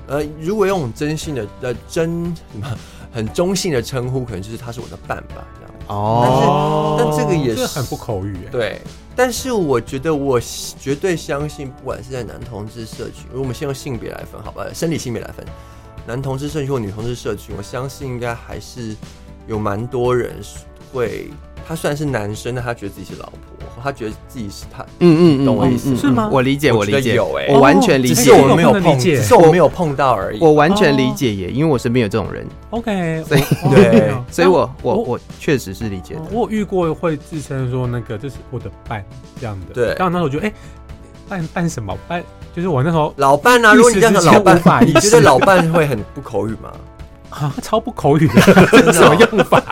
[SPEAKER 1] 呃，如果用真性的呃真什么很中性的称呼，可能就是他是我的伴吧这样。
[SPEAKER 3] 哼，哦，
[SPEAKER 2] 哦，
[SPEAKER 1] 但这个也
[SPEAKER 2] 这
[SPEAKER 1] 是
[SPEAKER 2] 很不口语，哎，
[SPEAKER 1] 对，但是我觉得我绝对相信，不管是在男同志社群，如果我们先用性别来分，好吧，生理性别来分，男同志社群或女同志社群，我相信应该还是有蛮多人会，他虽然是男生，但他觉得自己是老婆，或他觉得自己是他，
[SPEAKER 3] 嗯嗯嗯，
[SPEAKER 1] 懂我意思
[SPEAKER 3] 嗯嗯
[SPEAKER 1] 是
[SPEAKER 2] 吗
[SPEAKER 3] 我理解，
[SPEAKER 1] 我
[SPEAKER 3] 我
[SPEAKER 1] 觉得
[SPEAKER 3] 理解，
[SPEAKER 1] 有欸
[SPEAKER 3] 我完全理
[SPEAKER 1] 只
[SPEAKER 3] 解
[SPEAKER 1] 是。我们没有
[SPEAKER 2] 我不能
[SPEAKER 1] 碰，
[SPEAKER 2] 理解
[SPEAKER 1] 只是我们没有碰到而已。
[SPEAKER 3] 我完全理解
[SPEAKER 1] 哦
[SPEAKER 3] 耶，因为我身边有这种人，
[SPEAKER 2] OK，
[SPEAKER 3] 所以
[SPEAKER 2] 我
[SPEAKER 1] 对
[SPEAKER 2] 哦
[SPEAKER 3] 所以我我
[SPEAKER 2] 我
[SPEAKER 3] 我确实是理解的。
[SPEAKER 2] 我有遇过会自称说那个这是我的伴这样的，
[SPEAKER 1] 对
[SPEAKER 2] 当然那时候我觉得哎，伴伴什么伴，就是我那时候
[SPEAKER 1] 老伴啊，
[SPEAKER 2] 一时
[SPEAKER 1] 如果你这样的老
[SPEAKER 2] 之间无法
[SPEAKER 1] 伴，你
[SPEAKER 2] 意识
[SPEAKER 1] 觉得老伴会很不口语吗？
[SPEAKER 2] 啊超不口语的，
[SPEAKER 1] 真的
[SPEAKER 2] 什么 (laughs)
[SPEAKER 1] 哦，
[SPEAKER 2] 用法？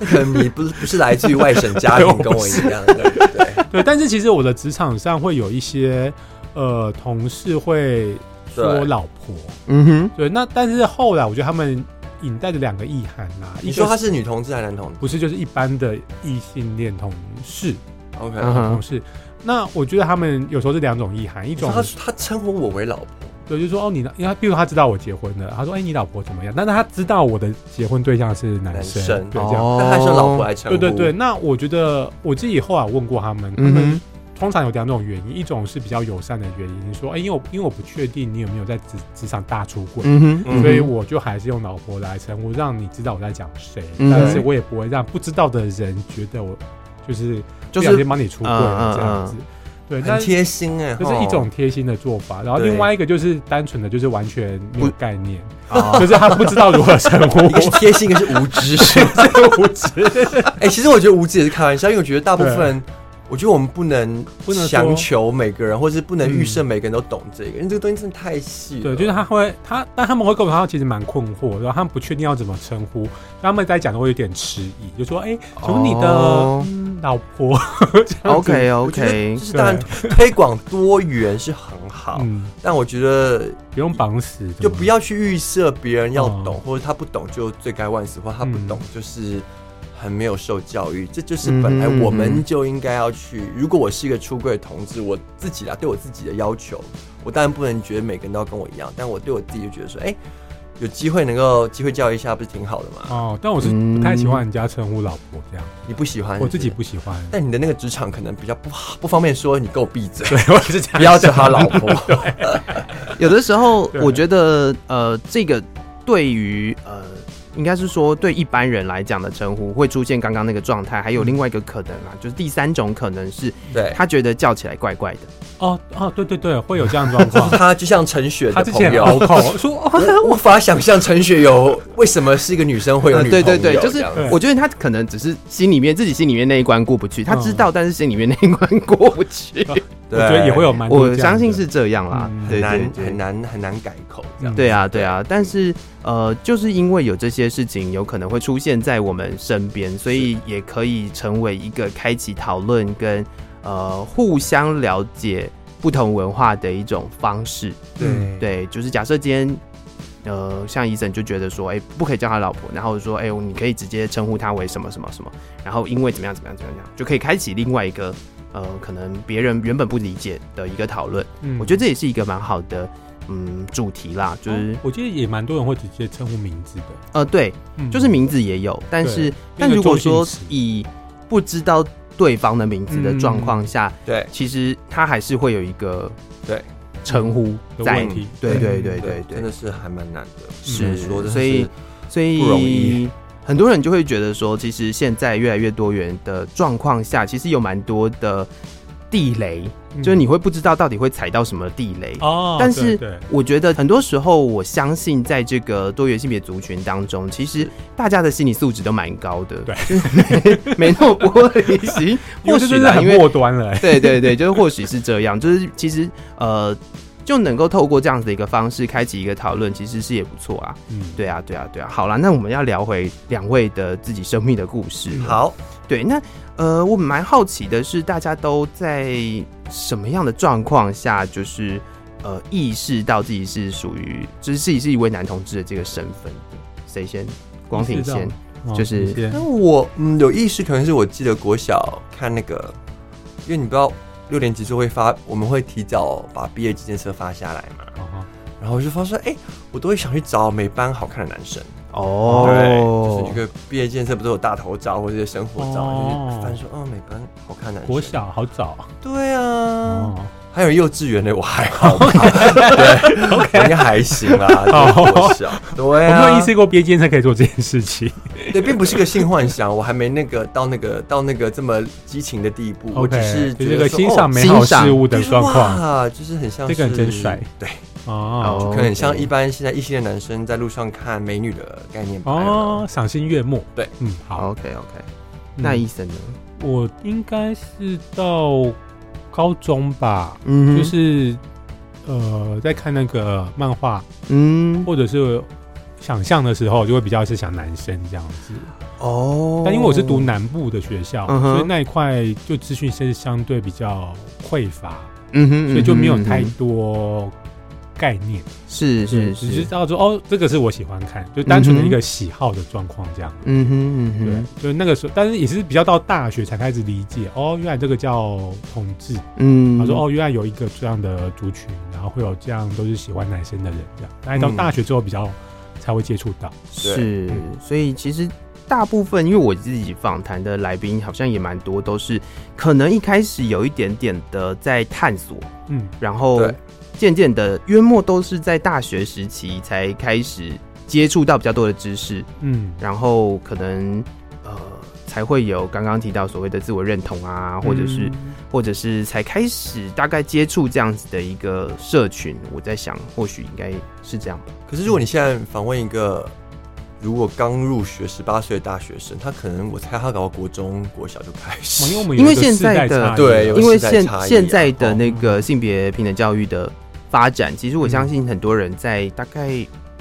[SPEAKER 1] 可能你不是不是来自于外省家庭，
[SPEAKER 2] (laughs) 对
[SPEAKER 1] 跟
[SPEAKER 2] 我
[SPEAKER 1] 我
[SPEAKER 2] 不
[SPEAKER 1] 一
[SPEAKER 2] 是
[SPEAKER 1] 样的，对。
[SPEAKER 2] 对，但是其实我的职场上会有一些呃同事会说
[SPEAKER 1] 对
[SPEAKER 2] 老婆，
[SPEAKER 3] 嗯哼，
[SPEAKER 2] 对，那但是后来我觉得他们引带着两个意涵啦、一
[SPEAKER 1] 你
[SPEAKER 2] 个
[SPEAKER 1] 说他
[SPEAKER 2] 是
[SPEAKER 1] 是女同志还是男同志
[SPEAKER 2] 不是就是一般的异性恋同事
[SPEAKER 1] ？OK，、
[SPEAKER 3] 嗯哼
[SPEAKER 2] 同事？那我觉得他们有时候是两种意涵，一
[SPEAKER 1] 你
[SPEAKER 2] 种
[SPEAKER 1] 说他他称呼我为老婆，
[SPEAKER 2] 对，就是说哦，你的，因为他比如他知道我结婚了，他说哎、你老婆怎么样？但是他知道我的结婚对象是男生，
[SPEAKER 1] 男生哦
[SPEAKER 2] 对这样。
[SPEAKER 3] 哦
[SPEAKER 1] 但他是用老婆来称
[SPEAKER 2] 对
[SPEAKER 1] 呼。
[SPEAKER 2] 哦对对，，那我觉得我自己后来问过他们，他
[SPEAKER 3] 嗯
[SPEAKER 2] 们
[SPEAKER 3] 哼，
[SPEAKER 2] 通常有两种原因，一种是比较友善的原因，说，哎、因为我因为我不确定你有没有在职职场大出轨，
[SPEAKER 3] 嗯哼，嗯哼
[SPEAKER 2] 所以我就还是用老婆来称呼，让你知道我在讲谁，
[SPEAKER 3] 嗯
[SPEAKER 2] 但是我也不会让不知道的人觉得我就是
[SPEAKER 3] 就
[SPEAKER 2] 不小心
[SPEAKER 3] 是嗯
[SPEAKER 2] 帮你出轨了这样子。对，
[SPEAKER 1] 很
[SPEAKER 2] 但
[SPEAKER 1] 贴心哎、
[SPEAKER 2] 这
[SPEAKER 3] 哦
[SPEAKER 2] 是一种贴心的做法，然后
[SPEAKER 1] 对
[SPEAKER 2] 另外一个就是单纯的，就是完全没有概念，
[SPEAKER 3] 哦
[SPEAKER 2] 就是他不知道如何称呼
[SPEAKER 1] 吼。
[SPEAKER 3] (laughs)
[SPEAKER 1] 一个是贴心，一个是无知。
[SPEAKER 2] 我，无 (laughs) 知。
[SPEAKER 1] 哎、其实我觉得无知也是开玩笑，因为我觉得大部分人，我觉得我们不能
[SPEAKER 2] 不能说嗯
[SPEAKER 1] 强求每个人，或是不能预设每个人都懂这个，因为这个东西真的太细了。
[SPEAKER 2] 对，就是他会他，但他们会告诉他其实蛮困惑，然后他们不确定要怎么称呼，他们在讲的会有点迟疑，就说：“哎、从你的、
[SPEAKER 3] 哦
[SPEAKER 2] 嗯老婆 (laughs) 这样子
[SPEAKER 3] OK
[SPEAKER 1] 我觉得
[SPEAKER 3] OK，
[SPEAKER 1] 就是当然推广多元是很好，
[SPEAKER 2] 嗯，
[SPEAKER 1] 但我觉得
[SPEAKER 2] 不用绑死，
[SPEAKER 1] 就不
[SPEAKER 2] 要
[SPEAKER 1] 要去预设别人要懂，
[SPEAKER 2] 嗯
[SPEAKER 1] 或者他不懂就罪该万死，或者他不懂就是很没有受教育。这就是本来
[SPEAKER 3] 嗯哼
[SPEAKER 1] 我
[SPEAKER 3] 嗯
[SPEAKER 1] 们
[SPEAKER 3] 哼
[SPEAKER 1] 就应该要去。如果我是一个出柜的同志，我自己啦，对我自己的要求，我当然不能觉得每个人都要跟我一样，但我对我自己就觉得说，哎、有机会能够机会教育一下，不是挺好的吗？
[SPEAKER 2] 哦。但我是不太喜欢人家称呼老婆这样，
[SPEAKER 1] 你不喜
[SPEAKER 3] 嗯
[SPEAKER 1] 欢，
[SPEAKER 2] 我自己
[SPEAKER 1] 是是，
[SPEAKER 2] 不喜欢。
[SPEAKER 1] 但你的那个职场可能比较不好，不方便说，你给我闭嘴，
[SPEAKER 2] (laughs) 对，我是这样，
[SPEAKER 1] 不要叫他老婆。 (laughs)
[SPEAKER 3] 有的时候
[SPEAKER 2] 对
[SPEAKER 3] 我觉得呃，这个对于呃应该是说对一般人来讲的称呼会出现刚刚那个状态，还有另外一个可能啦，
[SPEAKER 1] 嗯
[SPEAKER 3] 就是第三种可能是
[SPEAKER 1] 对，。
[SPEAKER 3] 他觉得叫起来怪怪的，
[SPEAKER 2] 哦哦，对对对，会有这样的状
[SPEAKER 3] (laughs)
[SPEAKER 2] 况
[SPEAKER 1] 他就像陈雪
[SPEAKER 2] 他
[SPEAKER 1] 的
[SPEAKER 2] 之
[SPEAKER 1] 朋
[SPEAKER 2] 前
[SPEAKER 1] 友，
[SPEAKER 2] 拗口说，哦
[SPEAKER 1] (laughs) 我无法想象陈雪有为什么是一个女生会有
[SPEAKER 3] 呃
[SPEAKER 1] 女朋
[SPEAKER 3] 对
[SPEAKER 1] 友这
[SPEAKER 3] 对
[SPEAKER 1] 样子、
[SPEAKER 3] 对，就是
[SPEAKER 2] 对
[SPEAKER 3] 我觉得他可能只是心里面自己心里面那一关过不去，他知道，但是心里面那一关过不去，
[SPEAKER 2] 我
[SPEAKER 1] 对
[SPEAKER 2] 觉得也会有蛮多这
[SPEAKER 3] 我
[SPEAKER 2] 样的
[SPEAKER 3] 相信是这样啦
[SPEAKER 2] 嗯，
[SPEAKER 1] 嗯很
[SPEAKER 3] 对对
[SPEAKER 1] 难
[SPEAKER 3] 对
[SPEAKER 1] 很难很难改口这样。
[SPEAKER 3] 对啊，对啊，但是呃，就是因为有这些事情有可能会出现在我们身边，所以也可以成为一个开启讨论跟呃互相了解不同文化的一种方式。
[SPEAKER 2] 嗯
[SPEAKER 3] 对，就是假设今天呃，像医生就觉得说，哎、不可以叫他老婆，然后说，哎、你可以直接称呼他为什么什么什么，然后因为怎么样怎么样怎么样，就可以开启另外一个呃，可能别人原本不理解的一个讨论。
[SPEAKER 2] 嗯
[SPEAKER 3] 我觉得这也是一个蛮好的。嗯，主题啦，就是、
[SPEAKER 2] 哦我觉得也蛮多人会直接称呼名字的，
[SPEAKER 3] 呃，对，
[SPEAKER 2] 嗯
[SPEAKER 3] 就是名字也有，但是
[SPEAKER 2] 那
[SPEAKER 3] 但
[SPEAKER 2] 个
[SPEAKER 3] 如果
[SPEAKER 2] 中性
[SPEAKER 3] 说
[SPEAKER 2] 词
[SPEAKER 3] 以不知道对方的名字的
[SPEAKER 1] 嗯
[SPEAKER 3] 状况下，
[SPEAKER 1] 对
[SPEAKER 3] 其实他还是会有一个
[SPEAKER 1] 对嗯
[SPEAKER 3] 称呼
[SPEAKER 2] 的
[SPEAKER 3] 在
[SPEAKER 2] 问，题，
[SPEAKER 3] 对对
[SPEAKER 2] 嗯
[SPEAKER 3] 对对
[SPEAKER 1] 真
[SPEAKER 3] 对，
[SPEAKER 1] 的是还蛮难的。
[SPEAKER 3] 是
[SPEAKER 1] 嗯说真的是
[SPEAKER 3] 所以所以
[SPEAKER 1] 不容易
[SPEAKER 3] 很多人就会觉得说，其实现在越来越多元的状况下，其实有蛮多的地雷，
[SPEAKER 2] 嗯
[SPEAKER 3] 就是你会不知道到底会踩到什么地雷。
[SPEAKER 2] 哦，
[SPEAKER 3] 但是
[SPEAKER 2] 对对
[SPEAKER 3] 我觉得很多时候，我相信在这个多元性别族群当中，其实大家的心理素质都蛮高的，
[SPEAKER 2] 对
[SPEAKER 3] 就是 (laughs) 没没那么玻璃心。
[SPEAKER 2] (laughs) 因
[SPEAKER 3] 或
[SPEAKER 2] 为这
[SPEAKER 3] 许
[SPEAKER 2] 真的
[SPEAKER 3] 啦，
[SPEAKER 2] 很
[SPEAKER 3] 因为
[SPEAKER 2] 末端了，欸
[SPEAKER 3] (laughs) 对对对，就是或许是这样，就是其实呃，就能够透过这样子的一个方式开启一个讨论，其实是也不错啊。
[SPEAKER 2] 嗯，
[SPEAKER 3] 对啊，对啊，对啊。好啦，那我们要聊回两位的自己生命的故事。
[SPEAKER 2] 嗯
[SPEAKER 1] 好，
[SPEAKER 3] 对，那呃，我蛮好奇的是，大家都在什么样的状况下，就是呃，意识到自己是属于，就是自己是一位男同志的这个身份的？谁先？光
[SPEAKER 2] 意
[SPEAKER 3] 平
[SPEAKER 2] 识到
[SPEAKER 3] 先，
[SPEAKER 2] 哦
[SPEAKER 3] 就是
[SPEAKER 2] 你先
[SPEAKER 1] 但我嗯有意识，可能是我记得国小看那个，因为你不知道六年级就会发，我们会提早把毕业纪念册发下来嘛。
[SPEAKER 2] 哦
[SPEAKER 1] 然后我就发现，哎、我都会想去找每班好看的男生。
[SPEAKER 3] 哦
[SPEAKER 1] 对，就是一个毕业纪念册不都有大头照或者是生活照，
[SPEAKER 2] 哦
[SPEAKER 1] 就是翻说，哦，每班好看的男生。
[SPEAKER 2] 国小好早
[SPEAKER 1] 对啊，
[SPEAKER 3] 嗯
[SPEAKER 2] 哦，
[SPEAKER 1] 还有幼稚园的我还
[SPEAKER 2] (laughs)
[SPEAKER 1] 好吧，对，我应该还行啦，就是国小，对
[SPEAKER 2] 哦我没有
[SPEAKER 1] 啊
[SPEAKER 2] 意，识过边界才可以做这件事情，
[SPEAKER 1] 对，并不是个性幻想，我还没那个到那个到那个这么激情的地步，我
[SPEAKER 2] OK，
[SPEAKER 1] 只是
[SPEAKER 2] 就
[SPEAKER 1] 觉得
[SPEAKER 2] 是个
[SPEAKER 1] 说
[SPEAKER 2] 欣赏
[SPEAKER 1] 哦
[SPEAKER 2] 美好
[SPEAKER 3] 欣赏
[SPEAKER 2] 事物的
[SPEAKER 1] 就是
[SPEAKER 2] 状况，
[SPEAKER 1] 哇，就是很像
[SPEAKER 2] 这个人
[SPEAKER 1] 是
[SPEAKER 2] 真帅，
[SPEAKER 1] 对，
[SPEAKER 2] 哦
[SPEAKER 1] 可能很像一般现在异性的男生在路上看美女的概念
[SPEAKER 3] 哎
[SPEAKER 1] 吧，
[SPEAKER 2] 哦，赏心悦目，
[SPEAKER 1] 对，
[SPEAKER 2] 嗯，好，
[SPEAKER 3] OK OK，那
[SPEAKER 2] 嗯
[SPEAKER 3] 医生呢？
[SPEAKER 2] 我应该是到高中吧，
[SPEAKER 3] 嗯哼
[SPEAKER 2] 就是呃，在看那个漫画
[SPEAKER 3] 嗯
[SPEAKER 2] 或者是想象的时候，就会比较是想男生这样子。
[SPEAKER 3] 哦
[SPEAKER 2] 但因为我是读南部的学校，
[SPEAKER 3] 嗯哼
[SPEAKER 2] 所以那一块就资讯是相对比较匮乏，
[SPEAKER 3] 嗯哼，
[SPEAKER 2] 所以就没有太
[SPEAKER 3] 嗯哼
[SPEAKER 2] 多概念，
[SPEAKER 3] 是是
[SPEAKER 2] 只知
[SPEAKER 3] 是，
[SPEAKER 2] 道说哦，这个是我喜欢看，就单纯的一个喜好的状况这样。
[SPEAKER 3] 嗯哼嗯哼，
[SPEAKER 2] 对，就那个时候，但是也是比较到大学才开始理解哦，原来这个叫同志。
[SPEAKER 3] 嗯，
[SPEAKER 2] 他说哦，原来有一个这样的族群，然后会有这样都是喜欢男生的人这样。大概到
[SPEAKER 1] 嗯
[SPEAKER 2] 大学之后比较才会接触到。
[SPEAKER 3] 是，所以其实大部分，因为我自己访谈的来宾好像也蛮多，都是可能一开始有一点点的在探索，
[SPEAKER 2] 嗯，
[SPEAKER 3] 然后
[SPEAKER 1] 对
[SPEAKER 3] 渐渐的约莫都是在大学时期才开始接触到比较多的知识，
[SPEAKER 2] 嗯，
[SPEAKER 3] 然后可能呃才会有刚刚提到所谓的自我认同啊，或者是、或者是才开始大概接触这样子的一个社群，我在想或许应该是这样吧，
[SPEAKER 1] 可是如果你现在访问一个，如果刚入学十八岁的大学生，他可能我猜他搞到国中、国小就开
[SPEAKER 2] 哦因为我
[SPEAKER 1] 始。
[SPEAKER 2] 们
[SPEAKER 3] 因
[SPEAKER 2] 有
[SPEAKER 3] 为
[SPEAKER 2] 一个
[SPEAKER 3] 现
[SPEAKER 2] 世代
[SPEAKER 3] 在的
[SPEAKER 2] 差异
[SPEAKER 1] 对有
[SPEAKER 3] 因为
[SPEAKER 1] 时代
[SPEAKER 3] 现
[SPEAKER 1] 差异啊
[SPEAKER 3] 现在的那个性别平等教育的发展，其实
[SPEAKER 1] 嗯
[SPEAKER 3] 我相信很多人在大概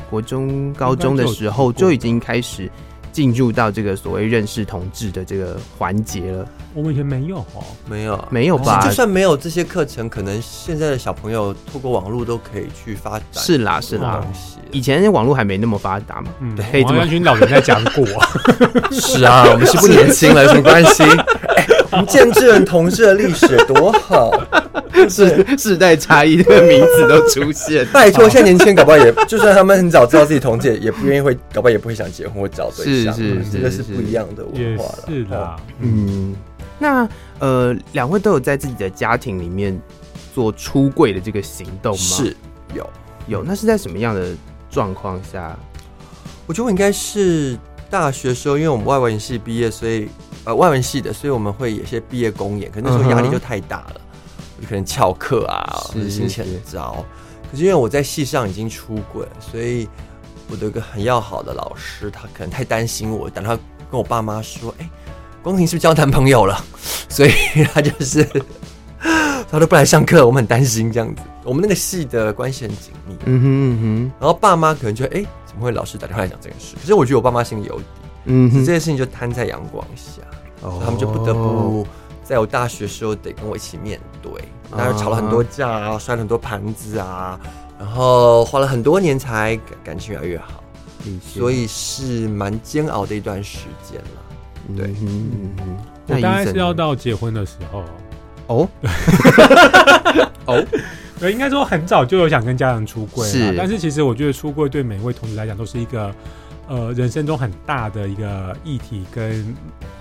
[SPEAKER 3] 国中、高中的时候
[SPEAKER 2] 应该就有听过
[SPEAKER 3] 就已经开始进入到这个所谓认识同志的这个环节了，
[SPEAKER 2] 我们以前没有哦。
[SPEAKER 1] 没有啊，
[SPEAKER 3] 没有吧
[SPEAKER 1] 就？算没有这些课程，可能现在的小朋友透过网络都可以去发展。
[SPEAKER 3] 是啊
[SPEAKER 1] 嗯
[SPEAKER 3] 啦，是啦
[SPEAKER 2] 哇。
[SPEAKER 1] 东西
[SPEAKER 3] 以前网络还没那么发达嘛，
[SPEAKER 2] 嗯，
[SPEAKER 3] 对
[SPEAKER 2] 王安军老人在讲
[SPEAKER 3] (laughs)
[SPEAKER 2] 过，
[SPEAKER 1] 是 (laughs) 啊，我们是不年轻了，有什么关系？哎我们见证同志的历史多好，。
[SPEAKER 3] 世世代差异这个名词都出现
[SPEAKER 1] 拜托，现在年轻人搞不好也，就算他们很早知道自己同志，也不愿意会，搞不好也不会想结婚或找对象。啊
[SPEAKER 3] 是是
[SPEAKER 1] 这个是
[SPEAKER 3] 是
[SPEAKER 1] 不一样的
[SPEAKER 2] (laughs) 也
[SPEAKER 1] 文化了。哦
[SPEAKER 2] 是啦。嗯，
[SPEAKER 3] (laughs) 嗯，那呃，两位都有在自己的家庭里面做出柜的这个行动
[SPEAKER 1] 哦，
[SPEAKER 3] 吗？
[SPEAKER 1] 是有。
[SPEAKER 3] 有，那是在什么样的状况下？
[SPEAKER 1] 我觉得我应该是大学时候，因为我们外文系毕业，所以呃外文系的，所以我们会有一些毕业公演，可那时
[SPEAKER 3] 嗯
[SPEAKER 1] 候压力就太大了，我就可能翘课啊，
[SPEAKER 3] 是
[SPEAKER 1] 或者心情
[SPEAKER 3] 是
[SPEAKER 1] 很糟。可是因为我在系上已经出轨，所以我的一个很要好的老师，他可能太担心我，等他跟我爸妈说：“哎、光婷是不是交男朋友了？”所以他就是 (laughs) 他都不来上课，我们很担心这样子。我们那个系的关系很紧密，
[SPEAKER 3] 嗯哼嗯
[SPEAKER 1] 然后爸妈可能觉得，哎、怎么会老师打电话来讲这件事？可是我觉得我爸妈心里有底，
[SPEAKER 3] 哼嗯
[SPEAKER 1] 这
[SPEAKER 3] 哼，
[SPEAKER 1] 件事情就摊在阳光下，
[SPEAKER 3] 哦
[SPEAKER 1] 所以他们就不得不在我大学时候得跟我一起面对，然后吵了很多架啊，摔了很多盘子啊，然后花了很多年才感感情越来越好，
[SPEAKER 3] 理解
[SPEAKER 1] 所以是蛮煎熬的一段时间了。对
[SPEAKER 3] 嗯哼嗯哼
[SPEAKER 2] 我
[SPEAKER 3] 那
[SPEAKER 2] 大概
[SPEAKER 3] 医生
[SPEAKER 2] 是要到结婚的时候，
[SPEAKER 3] 哦，
[SPEAKER 2] 对，应该说很早就有想跟家人出柜了
[SPEAKER 3] 是，
[SPEAKER 2] 但是其实我觉得出柜对每一位同志来讲都是一个呃人生中很大的一个议题跟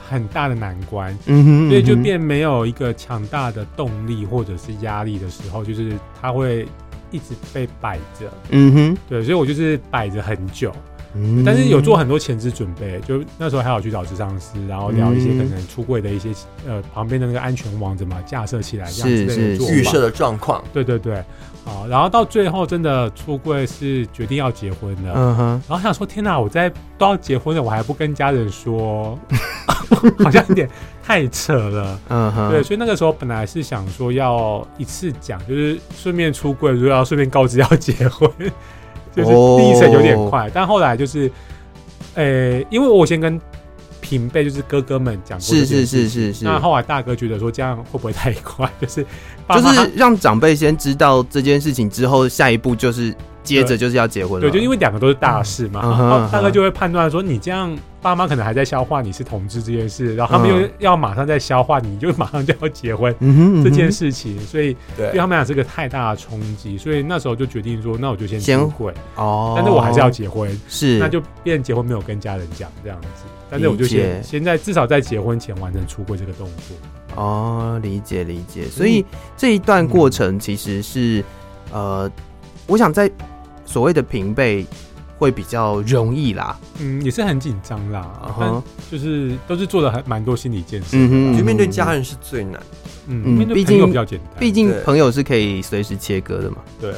[SPEAKER 2] 很大的难关，
[SPEAKER 3] 嗯哼，
[SPEAKER 2] 所以就
[SPEAKER 3] 嗯哼
[SPEAKER 2] 变没有一个强大的动力或者是压力的时候，就是他会一直被摆着，
[SPEAKER 3] 嗯哼
[SPEAKER 2] 对，所以我就是摆着很久，
[SPEAKER 3] 嗯哼，
[SPEAKER 2] 但是有做很多前置准备，就那时候还有去找智商师，然后聊一些
[SPEAKER 3] 嗯
[SPEAKER 2] 可能出柜的一些呃旁边的那个安全网怎么架设起来这样
[SPEAKER 3] 是
[SPEAKER 2] 之类
[SPEAKER 3] 是
[SPEAKER 2] 的做
[SPEAKER 1] 预
[SPEAKER 2] 法
[SPEAKER 1] 设的状况，
[SPEAKER 2] 对对对，好，然后到最后真的出柜是决定要结婚了，
[SPEAKER 3] 嗯哼，
[SPEAKER 2] 然后想说天哪，我在都要结婚了，我还不跟家人说， (laughs) 好像有点太扯了。
[SPEAKER 3] 嗯哼，
[SPEAKER 2] 对，所以那个时候本来是想说要一次讲，就是顺便出柜，如果要顺便告知要结婚， (laughs) 就是
[SPEAKER 3] 哦
[SPEAKER 2] 第一层有点快，但后来就是，呃、因为我先跟平辈就是哥哥们讲过这
[SPEAKER 3] 是
[SPEAKER 2] 件事
[SPEAKER 3] 是
[SPEAKER 2] 情，
[SPEAKER 3] 是是是，
[SPEAKER 2] 那后来大哥觉得说这样会不会太快，就是爸
[SPEAKER 3] 就
[SPEAKER 2] 妈
[SPEAKER 3] 是让长辈先知道这件事情之后，下一步就是接着就是要结婚了。
[SPEAKER 2] 对，就因为两个都是大事嘛，
[SPEAKER 3] 嗯
[SPEAKER 2] 然
[SPEAKER 3] 嗯哼
[SPEAKER 2] 后大哥就会判断说，你这样爸妈可能还在消化你是同志这件事，然后他们
[SPEAKER 3] 嗯
[SPEAKER 2] 又要马上在消化你，就马上就要结婚
[SPEAKER 3] 嗯哼嗯哼
[SPEAKER 2] 这件事情，所以
[SPEAKER 1] 对啊
[SPEAKER 2] 对他们俩是个太大的冲击，所以那时候就决定说，那我就先
[SPEAKER 3] 先
[SPEAKER 2] 出轨，
[SPEAKER 3] 哦，
[SPEAKER 2] 但是我还是要结婚，
[SPEAKER 3] 是，
[SPEAKER 2] 那就变结婚没有跟家人讲这样子，但是我就
[SPEAKER 3] 理解
[SPEAKER 2] 先先在至少在结婚前完成出轨这个动作，
[SPEAKER 3] 哦，理解理
[SPEAKER 1] 嗯
[SPEAKER 3] 解。所以这一段过程其实是、呃，我想在所谓的平辈会比较容易啦。
[SPEAKER 2] 嗯，也是很紧张
[SPEAKER 3] 嗯
[SPEAKER 2] 啦，但
[SPEAKER 3] 哼，
[SPEAKER 2] 就是都是做了很蛮多心理建设的
[SPEAKER 3] 嗯哼
[SPEAKER 1] 我
[SPEAKER 2] 啦，
[SPEAKER 1] 觉得面对
[SPEAKER 3] 嗯
[SPEAKER 1] 家人是最难的
[SPEAKER 2] 嗯，
[SPEAKER 3] 嗯
[SPEAKER 2] 面对
[SPEAKER 3] 毕
[SPEAKER 2] 朋友
[SPEAKER 3] 竟
[SPEAKER 2] 比较简单，
[SPEAKER 3] 毕竟
[SPEAKER 1] 对
[SPEAKER 3] 朋友是可以随时切割的嘛。
[SPEAKER 2] 对， (laughs)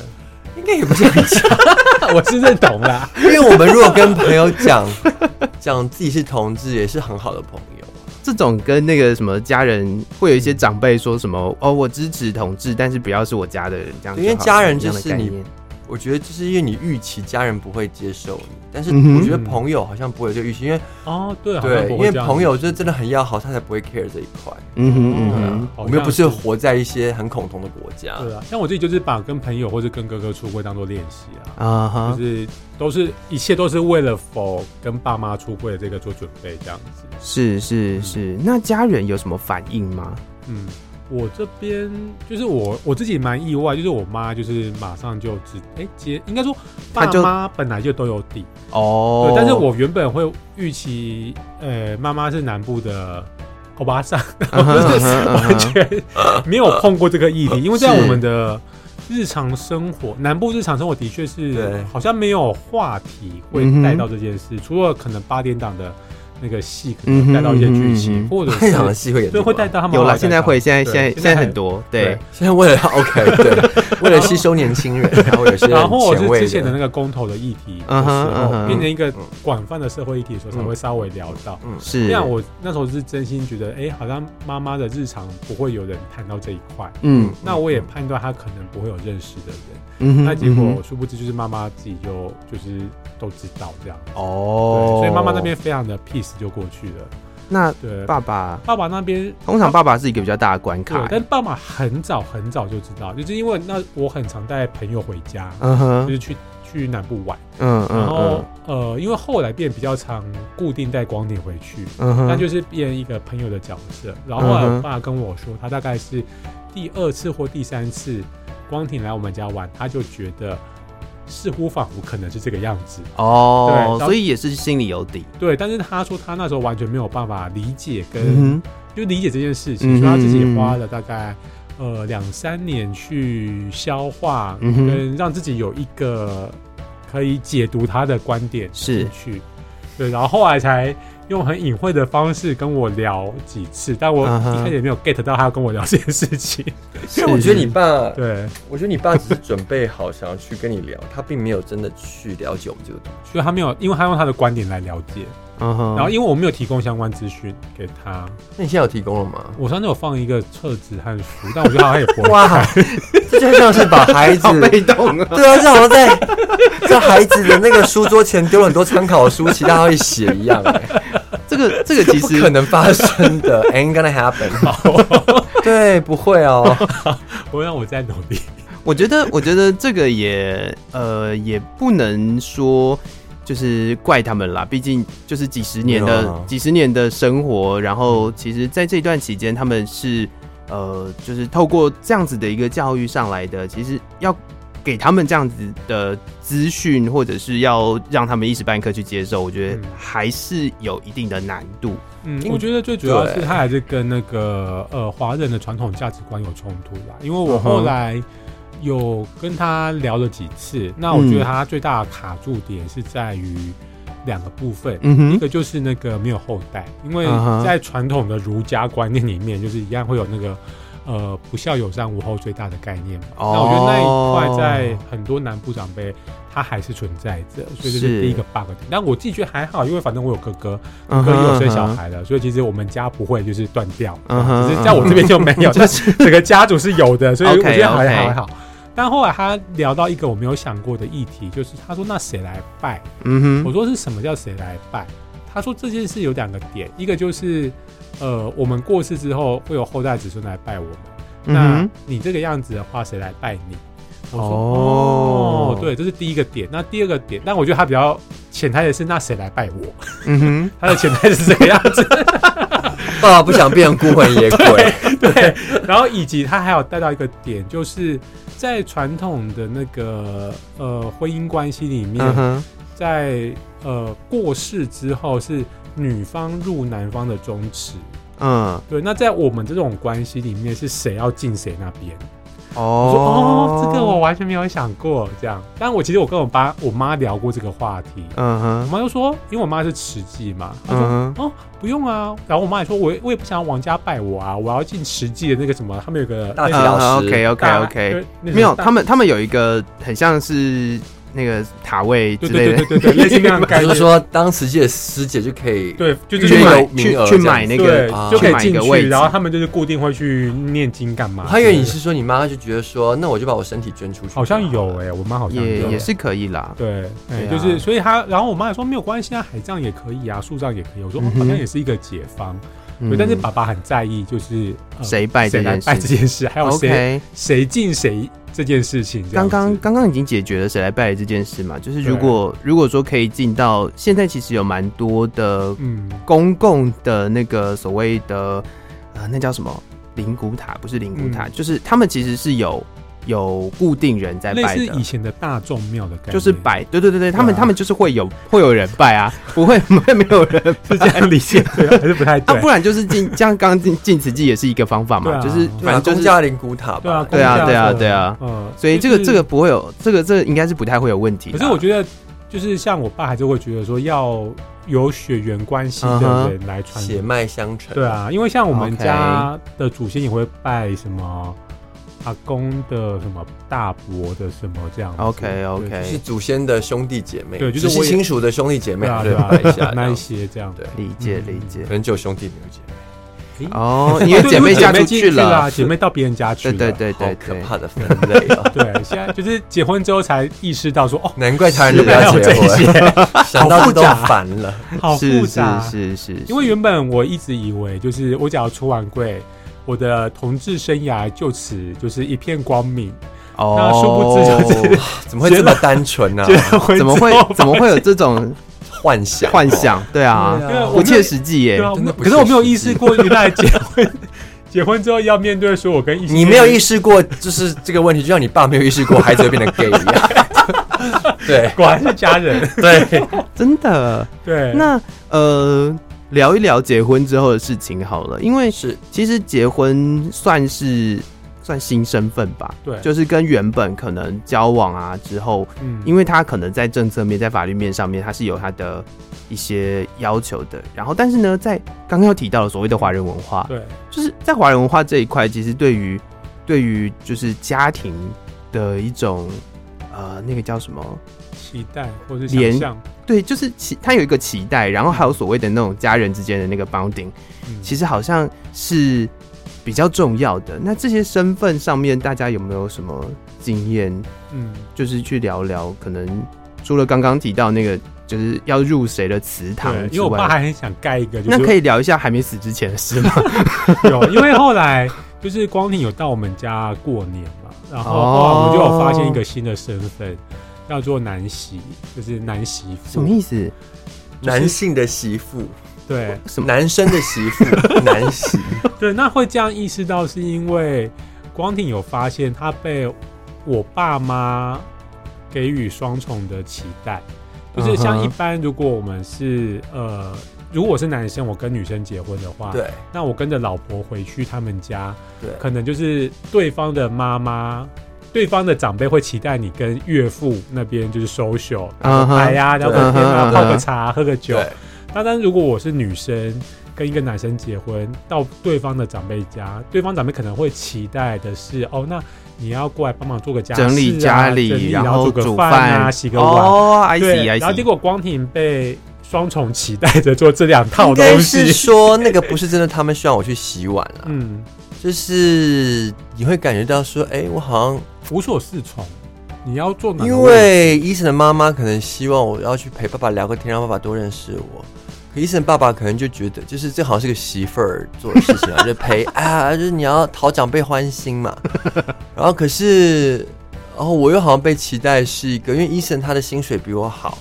[SPEAKER 1] 应该也不是很讲，
[SPEAKER 2] 我是认同啦。
[SPEAKER 1] 因为我们如果跟朋友讲 (laughs) 讲自己是同志，也是很好的朋友。
[SPEAKER 3] 这种跟那个什么家人，会有一些长辈说什么哦，我支持同志，但是不要是我家的人这样就好了。
[SPEAKER 1] 因为家人就
[SPEAKER 3] 这样的
[SPEAKER 1] 是
[SPEAKER 3] 概
[SPEAKER 1] 你
[SPEAKER 3] 念
[SPEAKER 1] 我觉得就是因为你预期家人不会接受你，但是
[SPEAKER 3] 嗯哼
[SPEAKER 1] 我觉得朋友好像不会有这个预期，因为
[SPEAKER 2] 哦，对，好像 (laughs)
[SPEAKER 1] 对，
[SPEAKER 2] 不
[SPEAKER 1] 因
[SPEAKER 2] 会
[SPEAKER 1] 为
[SPEAKER 2] 这样
[SPEAKER 1] 朋友就是真的很要好，他才不会 care 这一块。
[SPEAKER 3] 嗯哼嗯
[SPEAKER 2] 对
[SPEAKER 3] 哼
[SPEAKER 2] 啊，
[SPEAKER 1] 我们又不是
[SPEAKER 2] 好像
[SPEAKER 1] 活在一些很恐同的国家，
[SPEAKER 2] 对啊，像我自己就是把跟朋友或者跟哥哥出柜当做练习啊，
[SPEAKER 3] 啊哈
[SPEAKER 2] 就，是都是一切都是为了否跟爸妈出柜的这个做准备这样子。
[SPEAKER 3] 是是
[SPEAKER 2] 嗯
[SPEAKER 3] 是，那家人有什么反应吗？
[SPEAKER 2] 嗯，我这边就是我我自己蛮意外，就是我妈就是马上就知，哎、接应该说
[SPEAKER 3] 她
[SPEAKER 2] 爸
[SPEAKER 3] 就
[SPEAKER 2] 妈本来就都有底，
[SPEAKER 3] 哦
[SPEAKER 2] 对，，但是
[SPEAKER 3] (laughs)
[SPEAKER 2] 我原本会预期，呃，妈妈是南部的欧巴桑，
[SPEAKER 3] 嗯哼嗯哼嗯
[SPEAKER 2] 完
[SPEAKER 3] 哼
[SPEAKER 2] 全 (laughs) 没有碰过这个议题，因为在
[SPEAKER 3] 是
[SPEAKER 2] 我们的日常生活，南部日常生活的确
[SPEAKER 1] 对
[SPEAKER 2] 是好像没有话题会带到这件事，除了可能八点档的那个戏可能带到一些剧
[SPEAKER 3] 嗯嗯
[SPEAKER 2] 情，
[SPEAKER 3] 哼
[SPEAKER 2] 或者
[SPEAKER 1] 太想的
[SPEAKER 2] 是
[SPEAKER 1] 戏会演这
[SPEAKER 2] 对
[SPEAKER 1] 个
[SPEAKER 2] 会带到他们
[SPEAKER 3] 有啦，
[SPEAKER 2] 了，
[SPEAKER 3] 现在会，现在现
[SPEAKER 2] 哦对现
[SPEAKER 3] 在
[SPEAKER 2] 在
[SPEAKER 3] 现在
[SPEAKER 2] 还
[SPEAKER 3] 很多，对，
[SPEAKER 1] 现在为了 OK
[SPEAKER 2] (laughs)
[SPEAKER 1] 对，为了吸收年轻人，然后有些
[SPEAKER 2] 然后或
[SPEAKER 1] 很
[SPEAKER 2] 者
[SPEAKER 1] 前
[SPEAKER 2] 是
[SPEAKER 1] 卫
[SPEAKER 2] 之前的那个公投的议题的
[SPEAKER 3] 嗯
[SPEAKER 2] 时
[SPEAKER 3] 哼嗯
[SPEAKER 2] 候，
[SPEAKER 3] 哼嗯
[SPEAKER 2] 变成一个
[SPEAKER 1] 嗯
[SPEAKER 2] 广泛的社会议题的时候，才会稍微聊到。
[SPEAKER 3] 是
[SPEAKER 2] 这，样我那时候是真心觉得，哎、好像妈妈的日常不会有人谈到这一块，
[SPEAKER 3] 嗯
[SPEAKER 2] 那我也判断她可能不会有认识的人。
[SPEAKER 3] 嗯哼，
[SPEAKER 2] 那结
[SPEAKER 3] 嗯
[SPEAKER 2] 果
[SPEAKER 3] 哼
[SPEAKER 2] 殊不知就是妈妈自己就就是都知道这样，对，
[SPEAKER 3] 哦，
[SPEAKER 2] 所以妈妈那边非常的 peace 就过去了。
[SPEAKER 3] 那
[SPEAKER 2] 对，
[SPEAKER 3] 爸爸
[SPEAKER 2] 爸爸那边
[SPEAKER 3] 通常爸爸是一个比较大的关
[SPEAKER 2] 啊对
[SPEAKER 3] 卡，，
[SPEAKER 2] 但爸爸很早很早就知道，就是因为那我很常带朋友回家，
[SPEAKER 3] 嗯
[SPEAKER 2] 就
[SPEAKER 3] 哼，
[SPEAKER 2] 是去去南部玩，
[SPEAKER 3] 嗯嗯
[SPEAKER 2] 然后
[SPEAKER 3] 嗯
[SPEAKER 2] 呃，因为后来变比较常固定带光点回去，
[SPEAKER 3] 嗯哼，
[SPEAKER 2] 那就是变一个朋友的角色。然后后来
[SPEAKER 3] 嗯哼
[SPEAKER 2] 我爸跟我说，他大概是第二次或第三次光挺来我们家玩，他就觉得似乎仿佛可能是这个样子。对然后
[SPEAKER 3] 哦，所以也是心里有底，
[SPEAKER 2] 对，但是他说他那时候完全没有办法理解跟、
[SPEAKER 3] 嗯哼，
[SPEAKER 2] 就理解这件事
[SPEAKER 3] 嗯
[SPEAKER 2] 情，所以他自己
[SPEAKER 3] 嗯
[SPEAKER 2] 也花了大概呃两三年去消化，
[SPEAKER 3] 嗯哼
[SPEAKER 2] 跟让自己有一个可以解读他的观点
[SPEAKER 3] 是
[SPEAKER 2] 进去，对，然后后来才用很隐晦的方式跟我聊几次，但我
[SPEAKER 3] 嗯哼
[SPEAKER 2] 一开始也没有 get 到他要跟我聊这件事
[SPEAKER 3] (laughs)
[SPEAKER 2] 情，
[SPEAKER 1] 因为我觉得你爸，
[SPEAKER 2] 对，
[SPEAKER 1] 我觉得你爸只是准备好想要去跟你聊，他并没有真的去了解我们这个东西。
[SPEAKER 2] 所以他没有，因为他用他的观点来了解，
[SPEAKER 3] 嗯哼，
[SPEAKER 2] 然后因为我没有提供相关资讯给他，
[SPEAKER 1] 那你现在有提供了吗？
[SPEAKER 2] 我上次有放一个册子和书，但我觉得他好像也
[SPEAKER 3] (laughs)
[SPEAKER 2] 不会
[SPEAKER 1] 哇，这就像是把孩 (laughs) 子
[SPEAKER 3] 好被动
[SPEAKER 2] (laughs)
[SPEAKER 3] 啊，
[SPEAKER 1] 对啊，这好像在在孩子的那个书桌前丢了很多参考书，其他他会写一样、欸，
[SPEAKER 3] 这个这个其
[SPEAKER 1] 不可
[SPEAKER 3] 实
[SPEAKER 1] 能发生的，ain't gonna
[SPEAKER 2] (laughs)
[SPEAKER 1] happen。对，不会哦。
[SPEAKER 2] 我让我再努力。
[SPEAKER 3] 我觉得 (laughs) 我觉得这个也呃也不能说。就是怪他们啦，毕竟就是几十年的、
[SPEAKER 1] 没有啊
[SPEAKER 3] 几十年的生活，然后其实在这段期间，他们是呃，就是透过这样子的一个教育上来的，其实要给他们这样子的资讯，或者是要让他们一时半刻去接受，我觉得
[SPEAKER 2] 嗯
[SPEAKER 3] 还是有一定的难度。
[SPEAKER 2] 嗯，
[SPEAKER 1] 因
[SPEAKER 2] 我觉得最主要是
[SPEAKER 1] 对
[SPEAKER 2] 他还是跟那个呃华人的传统价值观有冲突啦。因为我
[SPEAKER 3] 嗯哼
[SPEAKER 2] 后来有跟他聊了几次，那我觉得他最大的卡住点是在于两个部分。
[SPEAKER 3] 嗯
[SPEAKER 2] 一
[SPEAKER 3] 哼，
[SPEAKER 2] 个就是那个没有后代，因为
[SPEAKER 3] 嗯哼
[SPEAKER 2] 在传统的儒家观念里面，就是一样会有那个呃不孝有三，无后最大的概念嘛。
[SPEAKER 3] 哦
[SPEAKER 2] 那我觉得那一块在很多南部长辈他还是存在着，所以这
[SPEAKER 3] 是
[SPEAKER 2] 是第一个 bug 点。但我自己觉得还好，因为反正我有哥哥，
[SPEAKER 3] 嗯
[SPEAKER 2] 哥
[SPEAKER 3] 哼
[SPEAKER 2] 有生小，孩了，所以其实我们家不会就是断掉，
[SPEAKER 3] 嗯哼
[SPEAKER 2] 只是在我这边就没
[SPEAKER 3] (laughs)
[SPEAKER 2] 有，但是整个家族是有的，所以我
[SPEAKER 3] OK，
[SPEAKER 2] 觉得还
[SPEAKER 3] OK
[SPEAKER 2] 好还好。但后来他聊到一个我没有想过的议题，就是他说那谁来拜？
[SPEAKER 3] 嗯
[SPEAKER 2] 我
[SPEAKER 3] 哼，
[SPEAKER 2] 说是什么叫谁来拜？他说这件事有两个点，一个就是呃我们过世之后会有后代子孙来拜我们，
[SPEAKER 3] 嗯
[SPEAKER 2] 那
[SPEAKER 3] 哼，
[SPEAKER 2] 你这个样子的话，谁来拜你？我说
[SPEAKER 3] 哦
[SPEAKER 2] 哦对，这是第一个点。那第二个点，但我觉得他比较潜台的是那谁来拜
[SPEAKER 3] (laughs)
[SPEAKER 2] 我？
[SPEAKER 3] 嗯哼，
[SPEAKER 2] 他的潜台是这个样
[SPEAKER 3] (laughs)
[SPEAKER 2] 子。
[SPEAKER 1] 爸爸不想变成孤魂野鬼。
[SPEAKER 2] 对，然后以及他还有带到一个点，就是在传统的那个呃婚姻关系里面，
[SPEAKER 3] 嗯哼，
[SPEAKER 2] 在呃过世之后是女方入男方的宗祠。
[SPEAKER 3] 嗯，
[SPEAKER 2] 对，那在我们这种关系里面，是谁要进谁那边？我说
[SPEAKER 3] 哦
[SPEAKER 2] 哦，这个我，完全没有想过这样。但我其实我跟我爸、我妈聊过这个话题，
[SPEAKER 3] 嗯
[SPEAKER 2] 我
[SPEAKER 3] 哼，
[SPEAKER 2] 妈就说，因为我妈是慈济嘛，她说、
[SPEAKER 3] 嗯哼，
[SPEAKER 2] 哦，不用啊。然后我妈也说，我也我也不想要王家拜我啊，我要进实际的那个什么，他们有个
[SPEAKER 1] 大
[SPEAKER 2] 类
[SPEAKER 1] 体
[SPEAKER 2] 似
[SPEAKER 1] 老师
[SPEAKER 3] OK OK
[SPEAKER 2] 大
[SPEAKER 3] OK，
[SPEAKER 2] 对那是
[SPEAKER 3] 没有，
[SPEAKER 2] 大
[SPEAKER 3] 他们他们有一个很像是那个塔位之
[SPEAKER 2] 对对
[SPEAKER 3] 类的
[SPEAKER 2] 对，对对，类似那样的概
[SPEAKER 1] 就是
[SPEAKER 3] (laughs)
[SPEAKER 2] 念，
[SPEAKER 1] 说，当慈济的师姐就可以
[SPEAKER 2] 对，就
[SPEAKER 1] 预
[SPEAKER 2] 是
[SPEAKER 1] 约
[SPEAKER 3] 去
[SPEAKER 1] 有名
[SPEAKER 3] 买
[SPEAKER 1] 额
[SPEAKER 3] 去去
[SPEAKER 1] 这样
[SPEAKER 3] 买那
[SPEAKER 2] 对
[SPEAKER 3] 个，
[SPEAKER 1] 啊
[SPEAKER 2] 就可
[SPEAKER 3] 去
[SPEAKER 2] 以
[SPEAKER 3] 买一
[SPEAKER 2] 进
[SPEAKER 3] 个位
[SPEAKER 2] 去，
[SPEAKER 3] 置，
[SPEAKER 2] 然后他们就是固定会去念经干嘛
[SPEAKER 1] 我
[SPEAKER 2] 的。
[SPEAKER 1] 还以为你是说你妈就觉得说，那我就把我身体捐出去。
[SPEAKER 2] 好像有哎、我妈好像
[SPEAKER 3] 也
[SPEAKER 2] 有
[SPEAKER 3] 也是可以啦。
[SPEAKER 2] 对，哎、
[SPEAKER 3] 对啊
[SPEAKER 2] 就是所以他，然后我妈也说没有关系啊，海葬也可以啊，树葬也可以。我说、哦
[SPEAKER 3] 嗯哼
[SPEAKER 2] 好像也是一个解放，
[SPEAKER 3] 嗯
[SPEAKER 2] 对。但是爸爸很在意，就是、呃
[SPEAKER 3] 谁拜这
[SPEAKER 2] 谁来
[SPEAKER 3] 件
[SPEAKER 2] 拜这
[SPEAKER 3] 事
[SPEAKER 2] 件事，还有谁
[SPEAKER 3] ？OK，
[SPEAKER 2] 谁进谁这件事情这样
[SPEAKER 3] 刚
[SPEAKER 2] 子。
[SPEAKER 3] 刚刚刚已经解决了谁来拜这件事嘛，就是如
[SPEAKER 2] 对
[SPEAKER 3] 果如果说可以进到现在，其实有蛮多的
[SPEAKER 2] 嗯，
[SPEAKER 3] 公共的那个所谓的呃，那叫什么灵骨塔？不是灵骨塔，就是他们其实是有有固定人在
[SPEAKER 2] 类
[SPEAKER 3] 拜
[SPEAKER 2] 似
[SPEAKER 3] 的
[SPEAKER 2] 以。前的大众庙的概念，
[SPEAKER 3] 就是摆，对对对对，他们、
[SPEAKER 2] 对啊
[SPEAKER 3] 他们就是会有会有人拜啊，不会 (laughs) 不会没有人
[SPEAKER 2] 是这样
[SPEAKER 3] (laughs)
[SPEAKER 2] 理解对啊，还是不太
[SPEAKER 3] 啊，
[SPEAKER 2] 对
[SPEAKER 3] 不。然就是进像刚刚进进慈济也是一个方法嘛，
[SPEAKER 2] 对啊
[SPEAKER 3] 就是
[SPEAKER 1] 对
[SPEAKER 3] 反
[SPEAKER 1] 啊，
[SPEAKER 3] 正就
[SPEAKER 1] 公
[SPEAKER 3] 是，
[SPEAKER 1] 家灵骨塔
[SPEAKER 2] 对啊
[SPEAKER 1] 吧，。
[SPEAKER 3] 对啊对啊对啊
[SPEAKER 2] 嗯，
[SPEAKER 3] 所以这个
[SPEAKER 2] 就是
[SPEAKER 3] 这个不会有这个这个应该是不太会有问题啦。
[SPEAKER 2] 可是我觉得，就是像我爸还是会觉得说，要有血缘关系
[SPEAKER 3] 嗯
[SPEAKER 2] 的
[SPEAKER 3] 哼
[SPEAKER 2] 人来传
[SPEAKER 1] 血脉相承。
[SPEAKER 2] 对，啊，因为像我们家的祖先也会拜什么阿公的什么大伯的什么这样子。
[SPEAKER 3] OK
[SPEAKER 1] 就
[SPEAKER 3] OK
[SPEAKER 1] 哎是祖先的兄弟姐妹，
[SPEAKER 2] 对就是
[SPEAKER 1] 直
[SPEAKER 2] 我
[SPEAKER 1] 系
[SPEAKER 2] 也
[SPEAKER 1] 亲属的兄弟姐妹，
[SPEAKER 2] 对啊
[SPEAKER 1] 对
[SPEAKER 2] 对啊
[SPEAKER 1] 拜一下，
[SPEAKER 2] (laughs) 那一
[SPEAKER 1] 这样
[SPEAKER 2] 些这样。
[SPEAKER 1] 对，
[SPEAKER 3] 理解
[SPEAKER 2] 嗯
[SPEAKER 3] 理解
[SPEAKER 1] 可能只有兄弟没有姐妹。
[SPEAKER 3] 哦，因为姐妹嫁出去了
[SPEAKER 2] 啊，，姐妹到别人家去
[SPEAKER 3] 对
[SPEAKER 2] 了。
[SPEAKER 3] 对对
[SPEAKER 1] 好
[SPEAKER 3] 对
[SPEAKER 1] 可
[SPEAKER 3] 对，
[SPEAKER 1] 怕的分类啊！
[SPEAKER 2] 对现在就是结婚之后才意识到说，哦，
[SPEAKER 1] 难怪台湾人不要
[SPEAKER 2] 有
[SPEAKER 1] 结
[SPEAKER 2] 这
[SPEAKER 1] 婚，
[SPEAKER 2] 些，
[SPEAKER 1] (laughs) 想到就
[SPEAKER 2] 好复
[SPEAKER 1] 都
[SPEAKER 2] 杂
[SPEAKER 1] 烦了。
[SPEAKER 2] 好复
[SPEAKER 3] 是
[SPEAKER 2] 杂。啊
[SPEAKER 3] 是是是，
[SPEAKER 2] 因为原本我一直以为，就是我只要出完柜，我的同志生涯就此就是一片光明。那殊不知就是
[SPEAKER 3] 哦
[SPEAKER 1] 怎么会这么单纯啊呢？
[SPEAKER 2] 结婚
[SPEAKER 3] (laughs) 啊怎么
[SPEAKER 2] 之
[SPEAKER 3] 会
[SPEAKER 2] 后
[SPEAKER 3] 怎么会有这种
[SPEAKER 1] (laughs) 幻想，
[SPEAKER 3] 幻
[SPEAKER 2] (laughs)
[SPEAKER 3] 想？ (laughs) 对啊
[SPEAKER 1] 对，
[SPEAKER 2] 因为我
[SPEAKER 3] 不
[SPEAKER 2] 没有
[SPEAKER 3] 切实际耶
[SPEAKER 2] 对啊，我
[SPEAKER 1] 真的不
[SPEAKER 2] 可是我没有
[SPEAKER 1] 切
[SPEAKER 2] 意
[SPEAKER 1] 实际
[SPEAKER 2] 识过，原来结婚结婚之后要面对说我跟异性，
[SPEAKER 1] 你没有意，识过，就是这个问题，就像你爸没有意识过孩子会变成 gay 一样。对
[SPEAKER 2] 果然是家
[SPEAKER 3] (laughs)
[SPEAKER 2] 人。
[SPEAKER 1] (laughs) 对，
[SPEAKER 3] 真的。
[SPEAKER 2] 对，
[SPEAKER 3] 那呃，聊一聊结婚之后的事情好了，因为
[SPEAKER 1] 是
[SPEAKER 3] 其实结婚算是算新身份吧，
[SPEAKER 2] 对
[SPEAKER 3] 就是跟原本可能交往啊之后，
[SPEAKER 2] 嗯
[SPEAKER 3] 因为他可能在政策面、在法律面上面，他是有他的一些要求的。然后，但是呢，在刚刚有提到的所谓的华人文化，
[SPEAKER 2] 对
[SPEAKER 3] 就是在华人文化这一块，其实对于对于就是家庭的一种呃，那个叫什么？
[SPEAKER 2] 期待或是
[SPEAKER 3] 连
[SPEAKER 2] 想象，
[SPEAKER 3] 对，就是期他有一个期待，然后还有所谓的那种家人之间的那个 bonding，
[SPEAKER 2] 嗯
[SPEAKER 3] 其实好像是比较重要的。那这些身份上面，大家有没有什么经验？
[SPEAKER 2] 嗯
[SPEAKER 3] 就是去聊聊，可能除了刚刚提到那个，就是要入谁的祠堂
[SPEAKER 2] 对，因
[SPEAKER 3] 之
[SPEAKER 2] 为我爸
[SPEAKER 3] 外，
[SPEAKER 2] 还很想盖一个，就是
[SPEAKER 3] 那可以聊一下还没死之前的
[SPEAKER 2] (laughs)
[SPEAKER 3] 事吗？
[SPEAKER 2] 有，因为后来就是光庭有到我们家过年嘛，然
[SPEAKER 3] 哦
[SPEAKER 2] 后后来我们就有发现一个新的身份，叫做男媳，就是男媳妇。
[SPEAKER 3] 什么意思？
[SPEAKER 1] 男性的媳妇，
[SPEAKER 2] 对
[SPEAKER 3] 什么？
[SPEAKER 1] 男生的媳
[SPEAKER 2] (laughs)
[SPEAKER 1] 妇，男媳，
[SPEAKER 2] 对，那会这样意识到，是因为光庭有发现他被我爸妈给予双重的期待，就是像一
[SPEAKER 3] 嗯哼
[SPEAKER 2] 般如果我们是呃，如果我是男生，我跟女生结婚的话，
[SPEAKER 1] 对
[SPEAKER 2] 那我跟着老婆回去他们家，
[SPEAKER 1] 对
[SPEAKER 2] 可能就是对方的妈妈、对方的长辈会期待你跟岳父那边就是 social，
[SPEAKER 3] 嗯哼
[SPEAKER 2] 哎呀，聊个天啊，
[SPEAKER 3] 嗯哼
[SPEAKER 2] 泡个茶，喝个酒。
[SPEAKER 1] 对，
[SPEAKER 2] 当然，如果我是女生跟一个男生结婚，到对方的长辈家，对方长辈可能会期待的是，哦，那你要过来帮忙做个家事、啊、
[SPEAKER 3] (laughs) 整理家里
[SPEAKER 2] 整理
[SPEAKER 3] 然
[SPEAKER 2] 然
[SPEAKER 3] 后
[SPEAKER 2] 后煮
[SPEAKER 3] 煮
[SPEAKER 2] 个饭啊，
[SPEAKER 3] 饭
[SPEAKER 2] 洗个碗。
[SPEAKER 3] 哦，I
[SPEAKER 2] 对
[SPEAKER 3] see，I
[SPEAKER 2] 然后结
[SPEAKER 3] see。
[SPEAKER 2] 果光庭被双重期待着做这两套
[SPEAKER 1] 应
[SPEAKER 2] 东
[SPEAKER 1] 该是
[SPEAKER 2] 西，
[SPEAKER 1] 说那个不是真的，他们希望我去洗碗啊，
[SPEAKER 2] 嗯，
[SPEAKER 1] 就是你会感觉到说，哎、我好像
[SPEAKER 2] 无所适从。你要做哪个
[SPEAKER 1] 因
[SPEAKER 2] 位置
[SPEAKER 1] 为医生的妈妈可能希望我要去陪爸爸聊个天，让爸爸多认识我。可医生爸爸可能就觉得，就是这好像是个媳妇儿做的事情啊，就 (laughs) 陪啊，就是你要讨长辈欢心
[SPEAKER 2] (laughs)
[SPEAKER 1] 嘛。然后可是，然后我又好像被期待是一个，因为医生他的薪水比我好，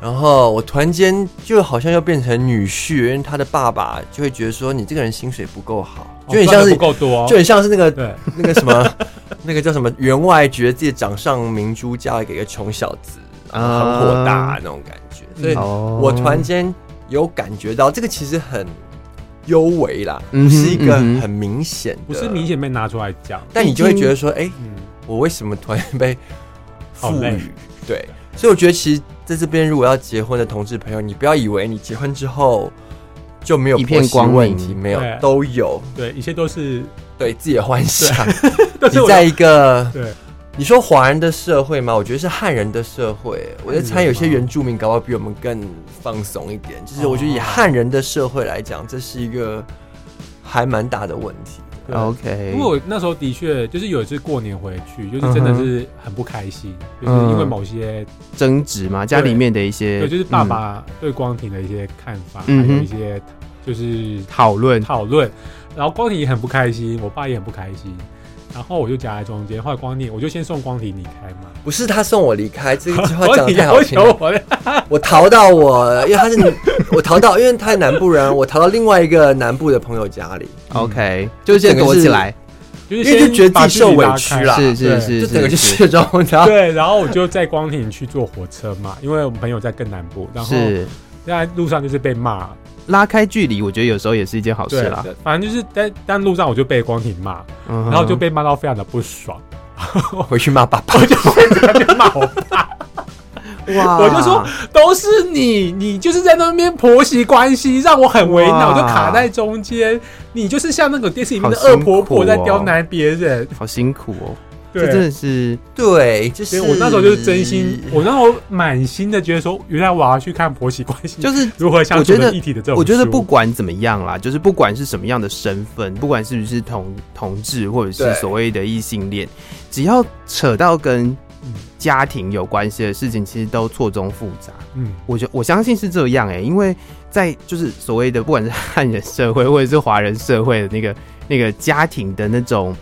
[SPEAKER 1] 然后我突然间就好像又变成女婿，因为他的爸爸就会觉得说你这个人薪水不够好，就很像
[SPEAKER 2] 哦赚得
[SPEAKER 1] 是
[SPEAKER 2] 不够多，
[SPEAKER 1] 就很像是那个
[SPEAKER 2] 对，
[SPEAKER 1] 那个什么， (laughs) 那个叫什么，员外觉得自己掌上明珠，嫁给一个穷小子，然后很火大
[SPEAKER 3] 啊
[SPEAKER 1] 那种感觉。所以，
[SPEAKER 3] 哦
[SPEAKER 1] 我突然间有感觉到，这个其实很幽微啦，
[SPEAKER 3] 嗯哼
[SPEAKER 1] 不是一个
[SPEAKER 3] 嗯哼
[SPEAKER 1] 很明显的，
[SPEAKER 2] 不是明，显被拿出来讲。
[SPEAKER 1] 但你就会觉得说，哎、
[SPEAKER 2] 嗯，
[SPEAKER 1] 我为什么突然被
[SPEAKER 2] 好
[SPEAKER 1] 赋
[SPEAKER 2] 累
[SPEAKER 1] 予？对，所以我觉得其实在这边，如果要结婚的同志朋友，你不要以为你结婚之后就没有
[SPEAKER 3] 一片
[SPEAKER 1] 婆媳
[SPEAKER 3] 光明
[SPEAKER 1] 问题，没有
[SPEAKER 2] 对
[SPEAKER 1] 都有，
[SPEAKER 2] 对，一切都是，
[SPEAKER 1] 对自己的幻
[SPEAKER 3] (laughs)
[SPEAKER 1] 想，
[SPEAKER 2] 但是
[SPEAKER 1] 你
[SPEAKER 2] 我
[SPEAKER 1] 在一个
[SPEAKER 2] 对
[SPEAKER 1] 你说华人的社会吗？我觉得是汉人的社会。我在猜有些原住民搞不好比我们更放松一点。就是
[SPEAKER 2] 哦
[SPEAKER 1] 我觉得以汉人的社会来讲，这是一个还蛮大的问题。
[SPEAKER 2] 对
[SPEAKER 3] OK，
[SPEAKER 2] 因为我那时候的确就是有一次过年回去，就是
[SPEAKER 1] 嗯
[SPEAKER 2] 真的是很不开心，
[SPEAKER 3] 嗯哼
[SPEAKER 2] 就是因为某些
[SPEAKER 3] 争执嘛，家里面的一些，
[SPEAKER 2] 对，就是爸
[SPEAKER 3] 嗯
[SPEAKER 2] 爸对光庭的一些看法，还
[SPEAKER 3] 嗯哼
[SPEAKER 2] 有一些就是
[SPEAKER 3] 讨论，
[SPEAKER 2] 讨论，然后光庭也很不开心，我爸也很不开心，然后我就夹在中间，后来光庭我就先送光庭离开嘛，
[SPEAKER 1] 不是他送我离开，这句
[SPEAKER 2] (laughs)
[SPEAKER 1] 话讲
[SPEAKER 2] 光
[SPEAKER 1] 的
[SPEAKER 2] 庭
[SPEAKER 1] 太好
[SPEAKER 2] 要
[SPEAKER 1] 听
[SPEAKER 2] 求
[SPEAKER 1] 了。
[SPEAKER 2] 我
[SPEAKER 1] 我逃到我，因为他是 (laughs) 我逃到，因为他是南部人，我逃到另外一个南部的朋友家里，
[SPEAKER 3] OK，就是嗯先
[SPEAKER 1] 整个
[SPEAKER 3] 躲起
[SPEAKER 1] 是
[SPEAKER 3] 来，
[SPEAKER 2] 就是
[SPEAKER 1] 因为就
[SPEAKER 2] 先
[SPEAKER 1] 觉得自己
[SPEAKER 2] 把距离
[SPEAKER 1] 受委
[SPEAKER 2] 拉
[SPEAKER 1] 屈
[SPEAKER 2] 开
[SPEAKER 1] 啦
[SPEAKER 3] 是
[SPEAKER 2] 对
[SPEAKER 3] 是是
[SPEAKER 1] 就整个就
[SPEAKER 3] 是
[SPEAKER 1] 是卸妆，然后
[SPEAKER 2] 对，然后我就在光庭去坐火车嘛，因为我们朋友在更南部，然后
[SPEAKER 3] 是
[SPEAKER 2] 在路上就是被骂，
[SPEAKER 3] 拉开距离，我觉得有时候也是一件好事
[SPEAKER 2] 对
[SPEAKER 3] 啦。，嗯
[SPEAKER 2] 反正就是在但路上我就被光庭骂，
[SPEAKER 3] 然
[SPEAKER 1] 嗯
[SPEAKER 2] 然后就被骂到非常的不爽，
[SPEAKER 1] 回去骂爸爸。
[SPEAKER 2] 他就骂我，
[SPEAKER 1] 啊
[SPEAKER 3] 哇，
[SPEAKER 2] 我就说都是你，你就是在那边婆媳关系让我很为难，
[SPEAKER 3] 哇
[SPEAKER 2] 我就卡在中间，你就是像那个电视里面的
[SPEAKER 3] 好
[SPEAKER 2] 恶
[SPEAKER 3] 辛苦
[SPEAKER 2] 婆婆在
[SPEAKER 3] 哦
[SPEAKER 2] 刁难别人，
[SPEAKER 3] 好辛苦哦，这真
[SPEAKER 2] 对。
[SPEAKER 3] 的是
[SPEAKER 1] (laughs) 对，就是
[SPEAKER 2] 所以我那时候就是真心，我那时候满心的觉得说，原来我要去看婆媳关系，
[SPEAKER 3] 就是
[SPEAKER 2] 如何相处
[SPEAKER 3] 我觉
[SPEAKER 2] 的
[SPEAKER 3] 得
[SPEAKER 2] 一体的这种
[SPEAKER 3] 我觉得
[SPEAKER 2] 书
[SPEAKER 3] 不管怎么样啦，就是不管是什么样的身份，不管是不是同同志或者是
[SPEAKER 1] 对
[SPEAKER 3] 所谓的异性恋，只要扯到跟
[SPEAKER 2] 嗯
[SPEAKER 3] 家庭有关系的事情，其实都错综复杂。
[SPEAKER 2] 嗯，
[SPEAKER 3] 我觉我相信是这样哎、因为在就是所谓的不管是汉人社会或者是华人社会的那个那个家庭的那种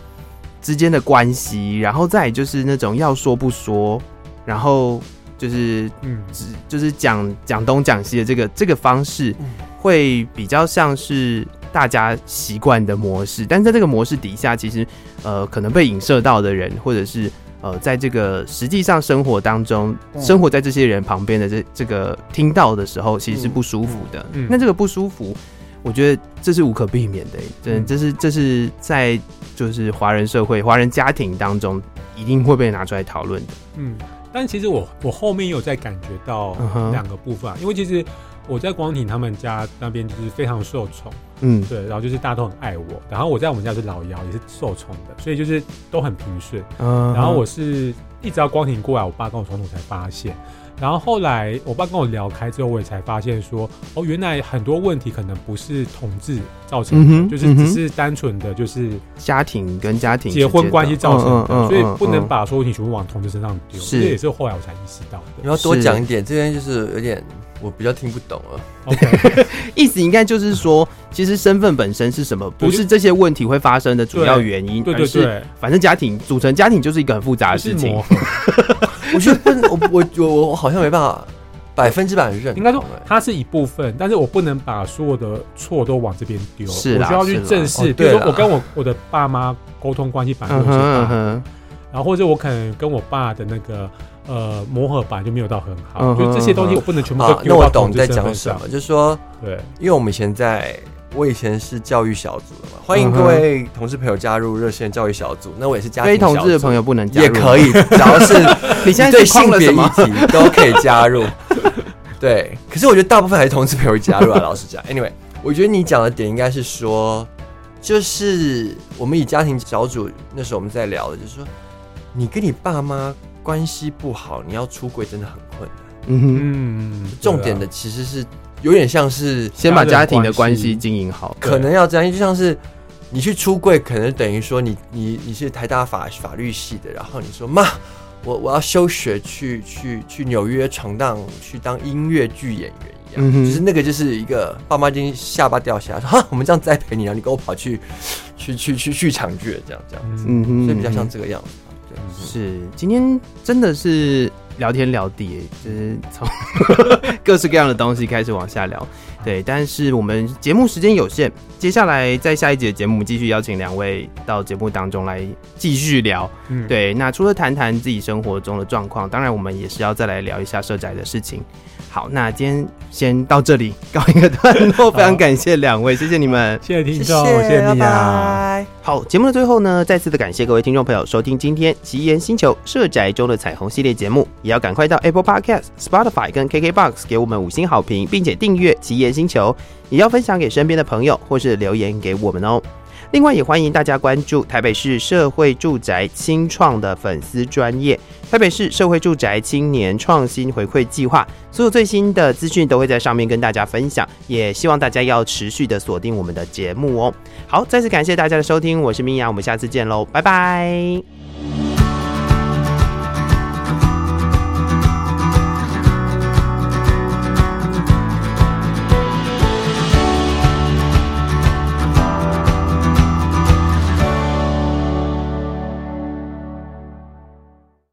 [SPEAKER 3] 之间的关系，然后再来就是那种要说不说，然后就是
[SPEAKER 2] 嗯，
[SPEAKER 3] 只就是讲讲东讲西的这个这个方式
[SPEAKER 1] 嗯，
[SPEAKER 3] 会比较像是大家习惯的模式，但在这个模式底下，其实呃可能被影射到的人，或者是呃在这个实际上生活当中，
[SPEAKER 1] 嗯
[SPEAKER 3] 生活在这些人旁边的这这个听到的时候，其实是不舒服的。
[SPEAKER 2] 嗯嗯
[SPEAKER 3] 那这个不舒服，我觉得这是无可避免的、欸，真的
[SPEAKER 2] 嗯
[SPEAKER 3] 这是这是在就是华人社会、华人家庭当中一定会被拿出来讨论的。
[SPEAKER 2] 嗯，但其实我我后面有在感觉到
[SPEAKER 3] 嗯哼
[SPEAKER 2] 两个部分、啊，因为其实我在光庭他们家那边就是非常受宠，
[SPEAKER 3] 嗯
[SPEAKER 2] 对，然后就是大家都很爱我，然后我在我们家是老幺，也是受宠的，所以就是都很平顺。
[SPEAKER 3] 嗯，
[SPEAKER 2] 然后我是一直到光庭过来，我爸跟我传统才发现。然后后来我爸跟我聊开之后，我也才发现说，哦，原来很多问题可能不是统治造成
[SPEAKER 3] 嗯
[SPEAKER 2] 的，
[SPEAKER 3] 哼
[SPEAKER 2] 就是
[SPEAKER 3] 嗯
[SPEAKER 2] 只
[SPEAKER 3] 哼
[SPEAKER 2] 是单纯的就是
[SPEAKER 3] 家庭跟家庭
[SPEAKER 2] 结婚关系造成
[SPEAKER 3] 嗯
[SPEAKER 2] 的，所以不能
[SPEAKER 3] 把
[SPEAKER 2] 把所有问题全部往同志身上丢。
[SPEAKER 3] 是
[SPEAKER 2] 这也是后来我才意识到
[SPEAKER 1] 你
[SPEAKER 2] 的。
[SPEAKER 1] 要多
[SPEAKER 3] 是
[SPEAKER 1] 讲一点，这边就是有点我比较听不懂了。
[SPEAKER 2] OK，
[SPEAKER 1] (laughs)
[SPEAKER 3] 意思应该就是说，其实身份本身是什么，
[SPEAKER 2] 对
[SPEAKER 3] 不是这些问题会发生的主要原因，
[SPEAKER 2] 对
[SPEAKER 3] 而
[SPEAKER 2] 对
[SPEAKER 3] 是
[SPEAKER 2] 对，
[SPEAKER 3] 反正家庭组成家庭就是一个很复杂的
[SPEAKER 2] 就是
[SPEAKER 3] 事情
[SPEAKER 2] 磨。合。
[SPEAKER 1] (laughs) 我觉得不能，我我我我好像没办法百分之百认同欸。
[SPEAKER 2] 应该说它是一部分，但是我不能把所有的错都往这边丢，
[SPEAKER 3] 是
[SPEAKER 2] 我
[SPEAKER 3] 啦
[SPEAKER 2] 需要去
[SPEAKER 3] 是啦
[SPEAKER 2] 正
[SPEAKER 1] 哦
[SPEAKER 2] 视。比
[SPEAKER 1] 对
[SPEAKER 2] 如说
[SPEAKER 1] 啦
[SPEAKER 2] 我跟我我的爸妈沟通关系本来
[SPEAKER 3] 嗯
[SPEAKER 2] 就有
[SPEAKER 3] 哼
[SPEAKER 2] 些
[SPEAKER 3] 嗯
[SPEAKER 2] 大好，
[SPEAKER 3] 哼，
[SPEAKER 2] 然后或者我可能跟我爸的那个呃磨合本来就没有到很好，
[SPEAKER 3] 嗯哼
[SPEAKER 2] 就这些东西我不能全部都
[SPEAKER 1] 啊，那
[SPEAKER 2] 丢
[SPEAKER 1] 我
[SPEAKER 2] 到
[SPEAKER 1] 懂
[SPEAKER 2] 同
[SPEAKER 1] 你
[SPEAKER 2] 志
[SPEAKER 1] 在
[SPEAKER 2] 身份
[SPEAKER 1] 讲什
[SPEAKER 2] 上
[SPEAKER 1] 么，。就是说，
[SPEAKER 2] 对，
[SPEAKER 1] 因为我们以前在，我以前是教育小组的嘛，欢迎
[SPEAKER 3] 嗯哼
[SPEAKER 1] 各位同事朋友加入热线教育小组。那我也是家庭
[SPEAKER 3] 非同
[SPEAKER 1] 小
[SPEAKER 3] 志的
[SPEAKER 1] 组
[SPEAKER 3] 朋友不能加入，
[SPEAKER 1] 也可。以，只要是
[SPEAKER 3] 你现在
[SPEAKER 1] 对
[SPEAKER 3] 是框
[SPEAKER 1] 性
[SPEAKER 3] 了
[SPEAKER 1] 别
[SPEAKER 3] 什
[SPEAKER 1] 议
[SPEAKER 3] 么？
[SPEAKER 1] 题都可以加入。 (laughs) 对，可是我觉得大部分还是同志朋友加
[SPEAKER 3] (laughs)
[SPEAKER 1] 入啊。老实讲，anyway，我觉得你讲的点应该是说，就是我们以家庭小组那时候我们在聊的，就是说，你跟你爸妈关系不好，你要出柜真的很困难。
[SPEAKER 3] 嗯哼，
[SPEAKER 2] 嗯，
[SPEAKER 1] 重
[SPEAKER 3] 啊
[SPEAKER 1] 点的其实是有点像是
[SPEAKER 3] 先把家庭的
[SPEAKER 2] 关
[SPEAKER 3] 关
[SPEAKER 2] 系
[SPEAKER 3] 系经营好。
[SPEAKER 1] 可能要这样，就像是你去出柜，可能等于说你你你是台大法法律系的，然后你说妈，我我要休学去去去纽约闯荡，去当音乐剧演员一样，
[SPEAKER 3] 嗯哼
[SPEAKER 1] 就是那个就是一个爸妈已经下巴掉下来说哈，我们这样栽培你，然后你跟我跑去去去去剧场剧了这样这样，
[SPEAKER 2] 对啊，嗯，
[SPEAKER 3] 嗯哼，
[SPEAKER 1] 所以比较像
[SPEAKER 3] 嗯
[SPEAKER 1] 这个样子吧。对，
[SPEAKER 2] 嗯
[SPEAKER 3] 哼是今天真的是聊天聊地，就是从 (laughs) 各式各样的东西开始往下聊。对，但是我们节目时间有限，接下来在下一节节目，我们继续邀请两位到节目当中来继续聊。
[SPEAKER 2] 嗯，
[SPEAKER 3] 对，那除了谈谈自己生活中的状况，当然我们也是要再来聊一下社宅的事情。好，那今天先到这里告一个段落，非常感谢两位，谢谢你们。
[SPEAKER 2] 谢谢听
[SPEAKER 1] 谢
[SPEAKER 2] 众，谢谢
[SPEAKER 1] 拜
[SPEAKER 2] 你啊，
[SPEAKER 1] 拜。
[SPEAKER 3] 好，节目的最后呢，再次的感谢各位听众朋友收听今天《奇岩星球社宅中的彩虹》系列节目，也要赶快到 Apple Podcast、Spotify 跟 KKBox 给我们五星好评，并且订阅《奇岩星球》，也要分享给身边的朋友或是留言给我们哦。另外，也欢迎大家关注台北市社会住宅新创的粉丝专业，台北市社会住宅青年创新回馈计划，所有最新的资讯都会在上面跟大家分享，也希望大家要持续的锁定我们的节目哦。好，再次感谢大家的收听，我是米娅，我们下次见喽，拜拜。